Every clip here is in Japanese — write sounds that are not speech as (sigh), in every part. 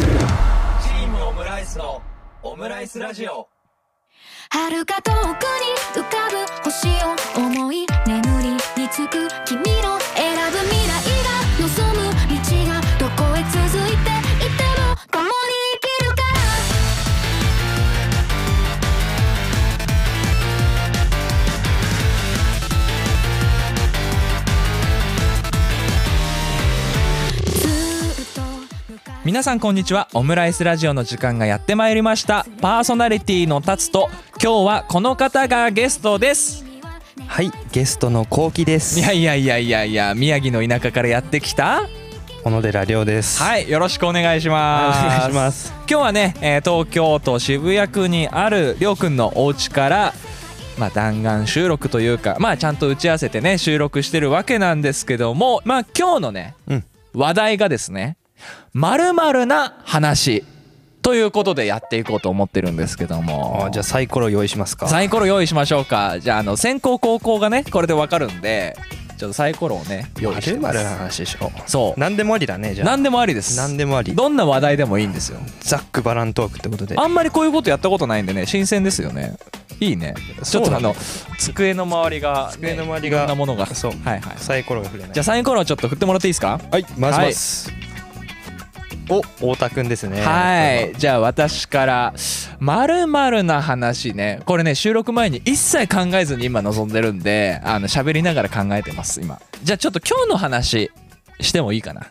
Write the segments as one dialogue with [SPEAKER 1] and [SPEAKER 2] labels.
[SPEAKER 1] オムライスのオムライスラジオ
[SPEAKER 2] 遥か遠くに浮かぶ星を思い眠りにつく君の選ぶ未来が望む道がどこへ続いていても共に生きるからずっと向かい
[SPEAKER 3] 皆さんこんにちはオムライスラジオの時間がやってまいりましたパーソナリティのタツと今日はこの方がゲストです
[SPEAKER 4] はい、ゲストのこうきです
[SPEAKER 3] い。やいやいやいやいや宮城の田舎からやってきた
[SPEAKER 4] 小野寺亮です。い、
[SPEAKER 3] はいよろしくお願いし
[SPEAKER 4] お
[SPEAKER 3] ます
[SPEAKER 4] 願いします。
[SPEAKER 3] 今日はね、えー東京都渋谷区にあるりょうくんのお家からまあ弾丸収録というかまあちゃんと打ち合わせてね収録してるわけなんですけどもまあ今日のね、
[SPEAKER 4] うん
[SPEAKER 3] 話題がですねまるまるな話ということでやっていこうと思ってるんですけども
[SPEAKER 4] あ、じゃあサイコロ用意しますか。
[SPEAKER 3] サイコロ用意しましょうかじゃああの先行後攻がねこれでわかるんでちょっとサイコロをね用意してま
[SPEAKER 4] まる
[SPEAKER 3] す
[SPEAKER 4] な話でしょ。
[SPEAKER 3] そう
[SPEAKER 4] なんでもありだね、じゃあ。
[SPEAKER 3] 何でもありです
[SPEAKER 4] なんでもあり。
[SPEAKER 3] どんな話題でもいいんですよ
[SPEAKER 4] ざっくばらんトークってことで。
[SPEAKER 3] あんまりこういうことやったことないんでね新鮮ですよねいいねちょっ
[SPEAKER 4] そう
[SPEAKER 3] と
[SPEAKER 4] だ
[SPEAKER 3] あ
[SPEAKER 4] ね
[SPEAKER 3] の机の周りが、ね、
[SPEAKER 4] 机の周り
[SPEAKER 3] いろ
[SPEAKER 4] が。
[SPEAKER 3] んなものが
[SPEAKER 4] そう。
[SPEAKER 3] はいはい
[SPEAKER 4] サイコロが触れない。
[SPEAKER 3] じゃあサインコロをちょっと振ってもらっていいですか
[SPEAKER 4] はい、回します。お、太田くんですね。
[SPEAKER 3] はいじゃあ私からまるまるな話ねこれね収録前に一切考えずに今臨んでるんであの喋りながら考えてます今じゃあちょっと今日の話してもいいかな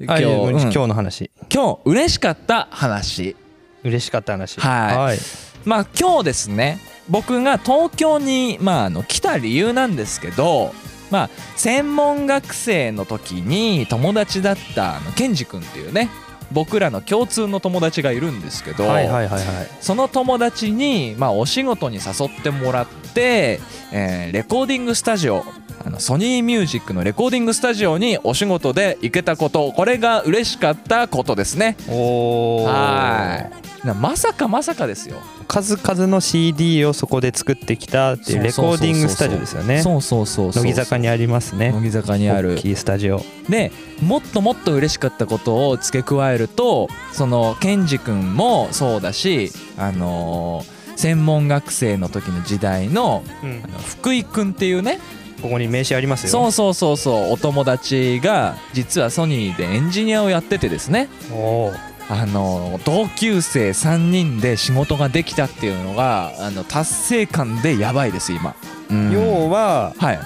[SPEAKER 4] 今
[SPEAKER 3] 今
[SPEAKER 4] 日。
[SPEAKER 3] 日、
[SPEAKER 4] 今
[SPEAKER 3] うん
[SPEAKER 4] 日の話。
[SPEAKER 3] 今日嬉しかった話
[SPEAKER 4] 嬉しかった話。
[SPEAKER 3] はい
[SPEAKER 4] はい。
[SPEAKER 3] まあ今日ですね僕が東京に、まあ、あの来た理由なんですけど、まあ、専門学生の時に友達だったあのケンジ君っていうね僕らの共通の友達がいるんですけど、
[SPEAKER 4] はいはいはいはい。
[SPEAKER 3] その友達に、まあ、お仕事に誘ってもらって、えーレコーディングスタジオあのソニーミュージックのレコーディングスタジオにお仕事で行けたことこれが嬉しかったことですね。
[SPEAKER 4] おー
[SPEAKER 3] はいなまさかまさかですよ。
[SPEAKER 4] 数々の CD をそこで作ってきたっていうレコーディングスタジオですよね
[SPEAKER 3] そうそうそうそう
[SPEAKER 4] 乃木坂にありますね
[SPEAKER 3] 乃木坂にある
[SPEAKER 4] 大きいスタジオ
[SPEAKER 3] でもっともっと嬉しかったことを付け加えるとそのケンジ君もそうだしあのー専門学生の時の時代のあの福井君っていうね
[SPEAKER 4] ここに名刺ありますよ
[SPEAKER 3] そうそうそうそうお友達が実はソニーでエンジニアをやっててですね
[SPEAKER 4] おー
[SPEAKER 3] あのー同級生3人で仕事ができたっていうのがあの達成感でやばいです今、うん
[SPEAKER 4] 要は
[SPEAKER 3] はい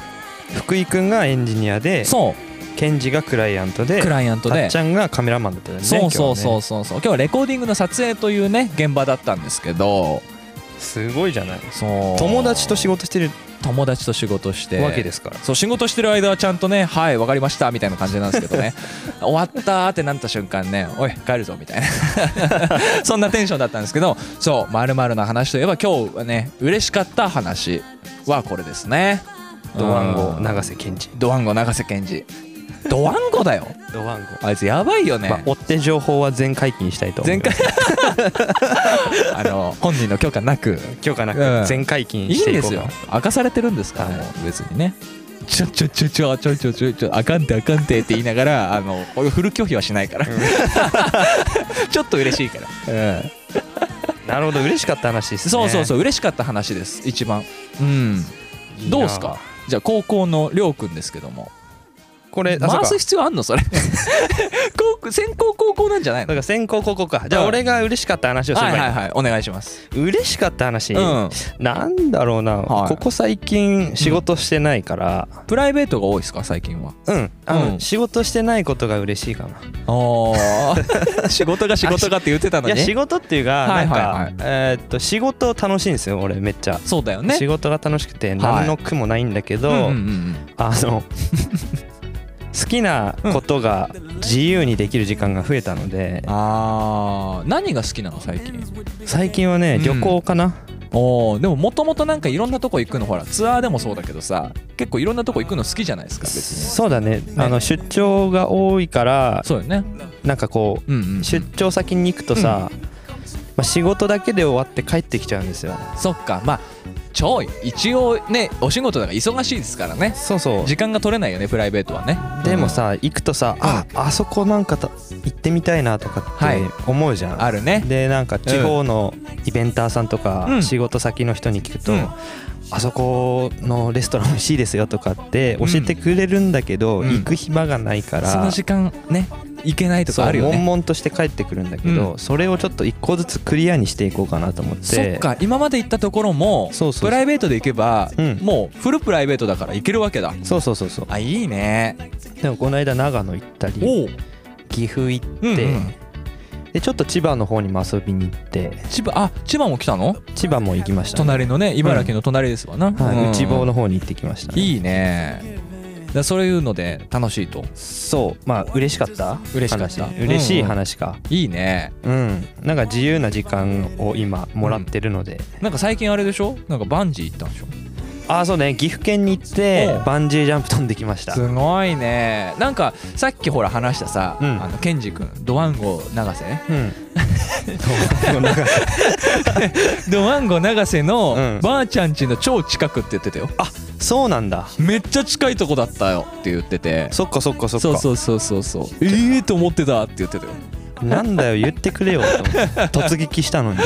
[SPEAKER 4] 福井くんがエンジニアで
[SPEAKER 3] そう
[SPEAKER 4] ケンジがクライアントで
[SPEAKER 3] クライアント
[SPEAKER 4] た
[SPEAKER 3] で
[SPEAKER 4] っちゃんがカメラマンだったよね
[SPEAKER 3] そうそうそう
[SPEAKER 4] 今日はね
[SPEAKER 3] そうそう今日はレコーディングの撮影というね現場だったんですけど
[SPEAKER 4] すごいじゃない
[SPEAKER 3] そう
[SPEAKER 4] 友達と仕事してる
[SPEAKER 3] 友達と仕事して
[SPEAKER 4] わけですから
[SPEAKER 3] そう仕事してる間はちゃんとね「はいわかりました」みたいな感じなんですけ
[SPEAKER 4] (laughs)
[SPEAKER 3] どね終わったーってなった瞬間ね「おい帰るぞ」みたいな (laughs) そんなテンションだったんですけどそうまるな話といえば今日はね嬉しかった話はこれですね
[SPEAKER 4] ドワンゴ
[SPEAKER 3] うん
[SPEAKER 4] 永瀬ケンジ
[SPEAKER 3] ドワンゴ長瀬健二ドワンゴだよ
[SPEAKER 4] ドワンゴ
[SPEAKER 3] あいつやばいよね、
[SPEAKER 4] まあ追って情報は全解禁したいと思い
[SPEAKER 3] 前
[SPEAKER 4] ます
[SPEAKER 3] 回 (laughs)
[SPEAKER 4] (laughs)
[SPEAKER 3] あの本人の許可なく
[SPEAKER 4] 今日かな
[SPEAKER 3] うん
[SPEAKER 4] く全解禁
[SPEAKER 3] いい
[SPEAKER 4] し
[SPEAKER 3] ん
[SPEAKER 4] てい
[SPEAKER 3] で
[SPEAKER 4] こう
[SPEAKER 3] す
[SPEAKER 4] か
[SPEAKER 3] よ明かされてるんですから、
[SPEAKER 4] はい
[SPEAKER 3] もう別にねちょちょちょちょちょちょちょちょあかんてあかんてって言いながら (laughs) あのこういうフル拒否はしないから (laughs) ちょっと嬉しいから、うん
[SPEAKER 4] なるほど嬉しかった話ですね
[SPEAKER 3] そうそうそう嬉しかった話です一番うん
[SPEAKER 4] いいな
[SPEAKER 3] どうですかじゃあ高校のりょうくんですけども
[SPEAKER 4] これあそう
[SPEAKER 3] 回
[SPEAKER 4] か
[SPEAKER 3] す必要あんのそれ (laughs) 高校先行高校なんじゃない
[SPEAKER 4] だか
[SPEAKER 3] の
[SPEAKER 4] ら先行高校かじゃあ
[SPEAKER 3] うん
[SPEAKER 4] 俺が嬉しかった話をすれ
[SPEAKER 3] はい
[SPEAKER 4] ばいい、
[SPEAKER 3] はいはいお願いします、
[SPEAKER 4] 嬉しかった話、
[SPEAKER 3] うん
[SPEAKER 4] なんだろうな、
[SPEAKER 3] はい
[SPEAKER 4] ここ最近仕事してないから
[SPEAKER 3] プライベートが多いですか最近は
[SPEAKER 4] うん、あの
[SPEAKER 3] うん
[SPEAKER 4] 仕事してないことが嬉しいかな、
[SPEAKER 3] おー (laughs) 仕事が仕事がって言ってたの
[SPEAKER 4] い
[SPEAKER 3] に
[SPEAKER 4] や仕事っていうか
[SPEAKER 3] は
[SPEAKER 4] ないんか、
[SPEAKER 3] はいはい
[SPEAKER 4] えーっと仕事楽しいんですよ俺めっちゃ、
[SPEAKER 3] そうだよね
[SPEAKER 4] 仕事が楽しくて何の苦もないんだけど、
[SPEAKER 3] うんうんうん
[SPEAKER 4] あ
[SPEAKER 3] (laughs)
[SPEAKER 4] の好きなことが自由にできる時間が増えたので、
[SPEAKER 3] あー何が好きなの最近
[SPEAKER 4] 最近はね
[SPEAKER 3] うん
[SPEAKER 4] 旅行かな、
[SPEAKER 3] おーでももともとなんかいろんなとこ行くのほらツアーでもそうだけどさ結構いろんなとこ行くの好きじゃないですか別に
[SPEAKER 4] そうだねあの出張が多いから
[SPEAKER 3] そうよね
[SPEAKER 4] なんかこう
[SPEAKER 3] うんうんうん
[SPEAKER 4] 出張先に行くとさ、あ、仕事だけで終わって帰ってきちゃうんですよ
[SPEAKER 3] そっかまあちょい一応ねお仕事だから忙しいですからね
[SPEAKER 4] そうそう
[SPEAKER 3] 時間が取れないよねプライベートはね
[SPEAKER 4] でも、さ行くとさああそこなんかた行ってみたいなとかっ
[SPEAKER 3] はい
[SPEAKER 4] て思うじゃん、
[SPEAKER 3] うんあるね
[SPEAKER 4] でなんか地方のイベンターさんとか、
[SPEAKER 3] うん
[SPEAKER 4] 仕事先の人に聞くと、
[SPEAKER 3] うん
[SPEAKER 4] あそこのレストラン美味しいですよとかって教えてくれるんだけど、
[SPEAKER 3] うん
[SPEAKER 4] 行く暇がないから、
[SPEAKER 3] その時間ね行けないと
[SPEAKER 4] そう
[SPEAKER 3] かあるよ
[SPEAKER 4] 悶
[SPEAKER 3] ね
[SPEAKER 4] 々として帰ってくるんだけど、
[SPEAKER 3] う
[SPEAKER 4] それをちょっと一個ずつクリアにしていこうかなと思って
[SPEAKER 3] そっか今まで行ったところも
[SPEAKER 4] そうそうそう
[SPEAKER 3] プライベートで行けば、
[SPEAKER 4] うん
[SPEAKER 3] もうフルプライベートだから行けるわけだ
[SPEAKER 4] そうそうそうそう
[SPEAKER 3] あいいね
[SPEAKER 4] でもこの間長野行ったり
[SPEAKER 3] おお
[SPEAKER 4] 岐阜行って、
[SPEAKER 3] うんうん
[SPEAKER 4] でちょっと千葉の方にも遊びに行って
[SPEAKER 3] 千葉あ千葉も来たの
[SPEAKER 4] 千葉も行きましたね、
[SPEAKER 3] 隣のね茨城の隣ですわな、
[SPEAKER 4] はい
[SPEAKER 3] うん
[SPEAKER 4] 内房の方に行ってきましたね、
[SPEAKER 3] いいねだからそういうので楽しいと
[SPEAKER 4] そうまあ嬉しかった
[SPEAKER 3] 嬉しかった
[SPEAKER 4] 話嬉しい話か
[SPEAKER 3] いいね
[SPEAKER 4] うん、なんか自由な時間を今もらってるので、
[SPEAKER 3] なんか最近あれでしょなんかバンジー行ったんでしょ
[SPEAKER 4] ああそうね岐阜県に行って
[SPEAKER 3] おう
[SPEAKER 4] バンジージャンプ飛んできました
[SPEAKER 3] すごいねなんかさっきほら話したさ、
[SPEAKER 4] うん
[SPEAKER 3] あのケンジ君ドワンゴ永瀬 (laughs)
[SPEAKER 4] うんそうなんか
[SPEAKER 3] ドワンゴ永瀬の、
[SPEAKER 4] うん
[SPEAKER 3] ばあちゃんちの超近くって言ってたよ
[SPEAKER 4] あそうなんだ
[SPEAKER 3] めっちゃ近いとこだったよって言ってて
[SPEAKER 4] そっかそっかそっか
[SPEAKER 3] そうそうそうそうそうええー、と思ってたって言
[SPEAKER 4] (laughs)
[SPEAKER 3] ってたよ
[SPEAKER 4] なんだよ言ってくれよと思って突撃したのに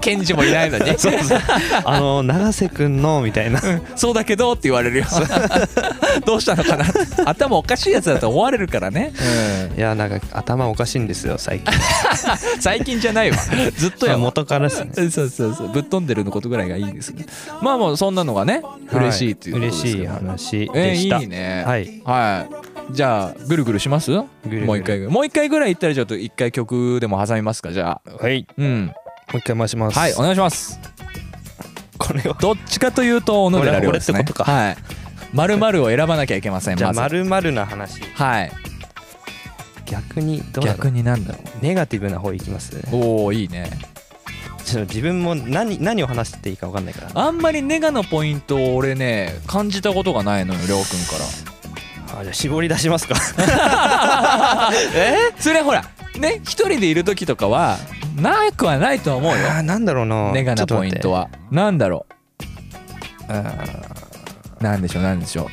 [SPEAKER 3] ケンジもいない (laughs) のに
[SPEAKER 4] そうそう (laughs) あの永瀬くんのみたいな
[SPEAKER 3] そうだけどって言われ
[SPEAKER 4] (laughs)
[SPEAKER 3] るよどうしたのかな頭おかしいやつだと思われるからね、
[SPEAKER 4] いやなんか頭おかしいんですよ最近
[SPEAKER 3] 最近じゃないわずっとや
[SPEAKER 4] まあ
[SPEAKER 3] も
[SPEAKER 4] 元からですね
[SPEAKER 3] そうそうそうぶっ飛んでるのことぐらいがいいですねまあもうそんなのがね (laughs) 嬉しいっていうことですけど、
[SPEAKER 4] 嬉しい話
[SPEAKER 3] え
[SPEAKER 4] でした、
[SPEAKER 3] ー、いいね
[SPEAKER 4] はい
[SPEAKER 3] はいじゃあぐるぐるします
[SPEAKER 4] ぐる
[SPEAKER 3] もう一回もう一回ぐらい行ったらちょっと一回曲でも挟みますかじゃあ
[SPEAKER 4] はい
[SPEAKER 3] うん
[SPEAKER 4] もう一回回します
[SPEAKER 3] はいお願いします
[SPEAKER 4] こ
[SPEAKER 3] (laughs)
[SPEAKER 4] れを
[SPEAKER 3] どっちかというと小野寺亮ですね
[SPEAKER 4] 俺俺ってことか
[SPEAKER 3] はい丸々を選ばなきゃいけません
[SPEAKER 4] じゃあ
[SPEAKER 3] まず
[SPEAKER 4] まるまるな話
[SPEAKER 3] はい
[SPEAKER 4] 逆にどうだろう
[SPEAKER 3] 逆になんだろ
[SPEAKER 4] ネガティブな方いきます
[SPEAKER 3] うおおいいね
[SPEAKER 4] ちょっと自分も何何を話していいか分かんないから
[SPEAKER 3] あんまりネガのポイントを俺ね感じたことがないのよ亮君から
[SPEAKER 4] あじゃあ絞り出します
[SPEAKER 3] (laughs)
[SPEAKER 4] か (laughs)
[SPEAKER 3] それはほらね一人でいる時とかはなくはないとは思うよ
[SPEAKER 4] あーなんだろうな
[SPEAKER 3] ネガなポイント
[SPEAKER 4] は
[SPEAKER 3] はなんだろうなんでしょうなんでしょう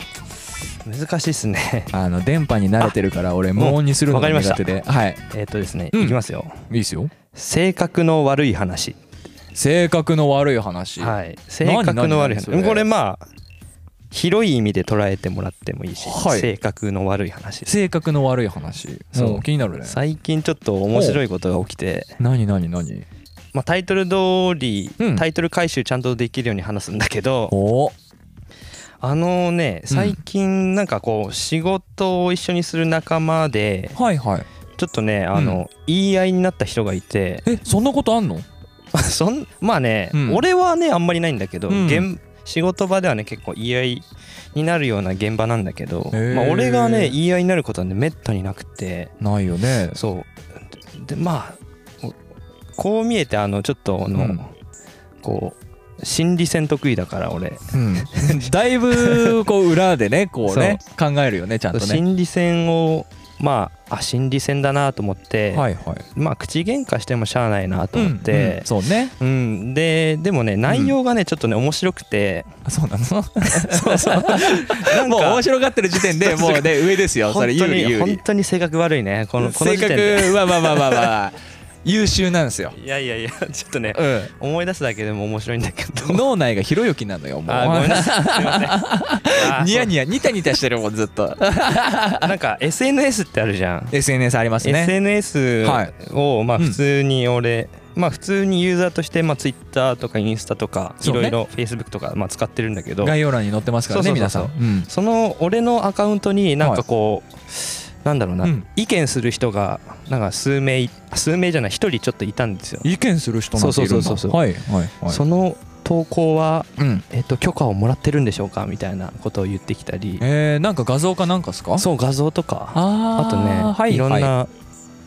[SPEAKER 4] 難しいっすね (laughs)
[SPEAKER 3] あの電波に慣れてるから俺無音にするのが
[SPEAKER 4] わかりました
[SPEAKER 3] 苦手ではい
[SPEAKER 4] えっとですね、
[SPEAKER 3] うん
[SPEAKER 4] いきますよ
[SPEAKER 3] いいですよ
[SPEAKER 4] 性格の悪い話
[SPEAKER 3] 性格の悪い話、
[SPEAKER 4] はい性格の悪
[SPEAKER 3] 何
[SPEAKER 4] い
[SPEAKER 3] 何何それ
[SPEAKER 4] 話これまあ広い意味で捉えてもらってもいいし、
[SPEAKER 3] はい
[SPEAKER 4] 性格の悪い話です
[SPEAKER 3] 性格の悪い話
[SPEAKER 4] そう
[SPEAKER 3] もう気になるね
[SPEAKER 4] 最近ちょっと面白いことが起きて、
[SPEAKER 3] 何何何
[SPEAKER 4] まあ、タイトル通り、
[SPEAKER 3] うん
[SPEAKER 4] タイトル回収ちゃんとできるように話すんだけど
[SPEAKER 3] お
[SPEAKER 4] あのね
[SPEAKER 3] ん
[SPEAKER 4] 最近なんかこう仕事を一緒にする仲間で
[SPEAKER 3] はいはい
[SPEAKER 4] ちょっとねあの言い合いになった人がいて
[SPEAKER 3] えそんなことあんの
[SPEAKER 4] (laughs) そんまあね
[SPEAKER 3] うん
[SPEAKER 4] 俺はねあんまりないんだけど
[SPEAKER 3] うん
[SPEAKER 4] 現仕事場ではね結構言い合いになるような現場なんだけど
[SPEAKER 3] へー
[SPEAKER 4] まあ俺がね言い合いになることはねめったになくて
[SPEAKER 3] ないよね
[SPEAKER 4] そうでまあこう見えてあのちょっとあ
[SPEAKER 3] うん
[SPEAKER 4] のこう心理戦得意だから俺
[SPEAKER 3] うん、だいぶこう裏でねこうね考えるよねちゃんとね
[SPEAKER 4] 心理戦をまああ心理戦だなと思って、
[SPEAKER 3] はいはい
[SPEAKER 4] まあ口喧嘩してもしゃあないなと思っ
[SPEAKER 3] うんう
[SPEAKER 4] て
[SPEAKER 3] ん、そうね
[SPEAKER 4] うんででもね内容がねちょっとね面白くて、
[SPEAKER 3] あ (laughs) そうなの
[SPEAKER 4] そうそうな
[SPEAKER 3] (laughs)
[SPEAKER 4] ん
[SPEAKER 3] もう面
[SPEAKER 4] か
[SPEAKER 3] 白がってる時点 (laughs) でもうね上ですよそ
[SPEAKER 4] 本
[SPEAKER 3] れ
[SPEAKER 4] 当
[SPEAKER 3] 有利
[SPEAKER 4] に
[SPEAKER 3] 有
[SPEAKER 4] 本
[SPEAKER 3] 利
[SPEAKER 4] 当に性格悪いねこのこの
[SPEAKER 3] 性
[SPEAKER 4] 時点
[SPEAKER 3] 格
[SPEAKER 4] で
[SPEAKER 3] はまあまあまあまあ優秀なんですよ、
[SPEAKER 4] いやいやいやちょっとね
[SPEAKER 3] うん、
[SPEAKER 4] 思い出すだけでも面白いんだけど
[SPEAKER 3] 脳内がひろゆきなのよもう
[SPEAKER 4] あごめんな (laughs) さいすいませんあ
[SPEAKER 3] (laughs) ニヤニヤニタニタしてるもんずっ (laughs) と
[SPEAKER 4] そうなんか SNS ってあるじゃん
[SPEAKER 3] SNS ありますね
[SPEAKER 4] SNS
[SPEAKER 3] はい
[SPEAKER 4] をまあ
[SPEAKER 3] うん
[SPEAKER 4] 普通に俺、まあ普通にユーザーとしてまあ Twitter とかインスタとかい
[SPEAKER 3] そうね
[SPEAKER 4] ろいろ Facebook とかまあ使ってるんだけど
[SPEAKER 3] 概要欄に載ってますからね
[SPEAKER 4] そうそ
[SPEAKER 3] 皆
[SPEAKER 4] うそ
[SPEAKER 3] さ
[SPEAKER 4] うんそう
[SPEAKER 3] うん
[SPEAKER 4] その俺のアカウントになんかこう、なんだろうな、
[SPEAKER 3] うん
[SPEAKER 4] 意見する人がなんか数名い数名じゃない一人ちょっといたんですよ、
[SPEAKER 3] 意見する人なんているんだ
[SPEAKER 4] そうそうそうそう
[SPEAKER 3] はいはいはい
[SPEAKER 4] その投稿は、
[SPEAKER 3] うん
[SPEAKER 4] えっと許可をもらってるんでしょうかみたいなことを言ってきたり
[SPEAKER 3] えー、なんか画像かなんかですか
[SPEAKER 4] そう画像とか
[SPEAKER 3] あ
[SPEAKER 4] あ
[SPEAKER 3] ー
[SPEAKER 4] とね、い、ろんな、
[SPEAKER 3] は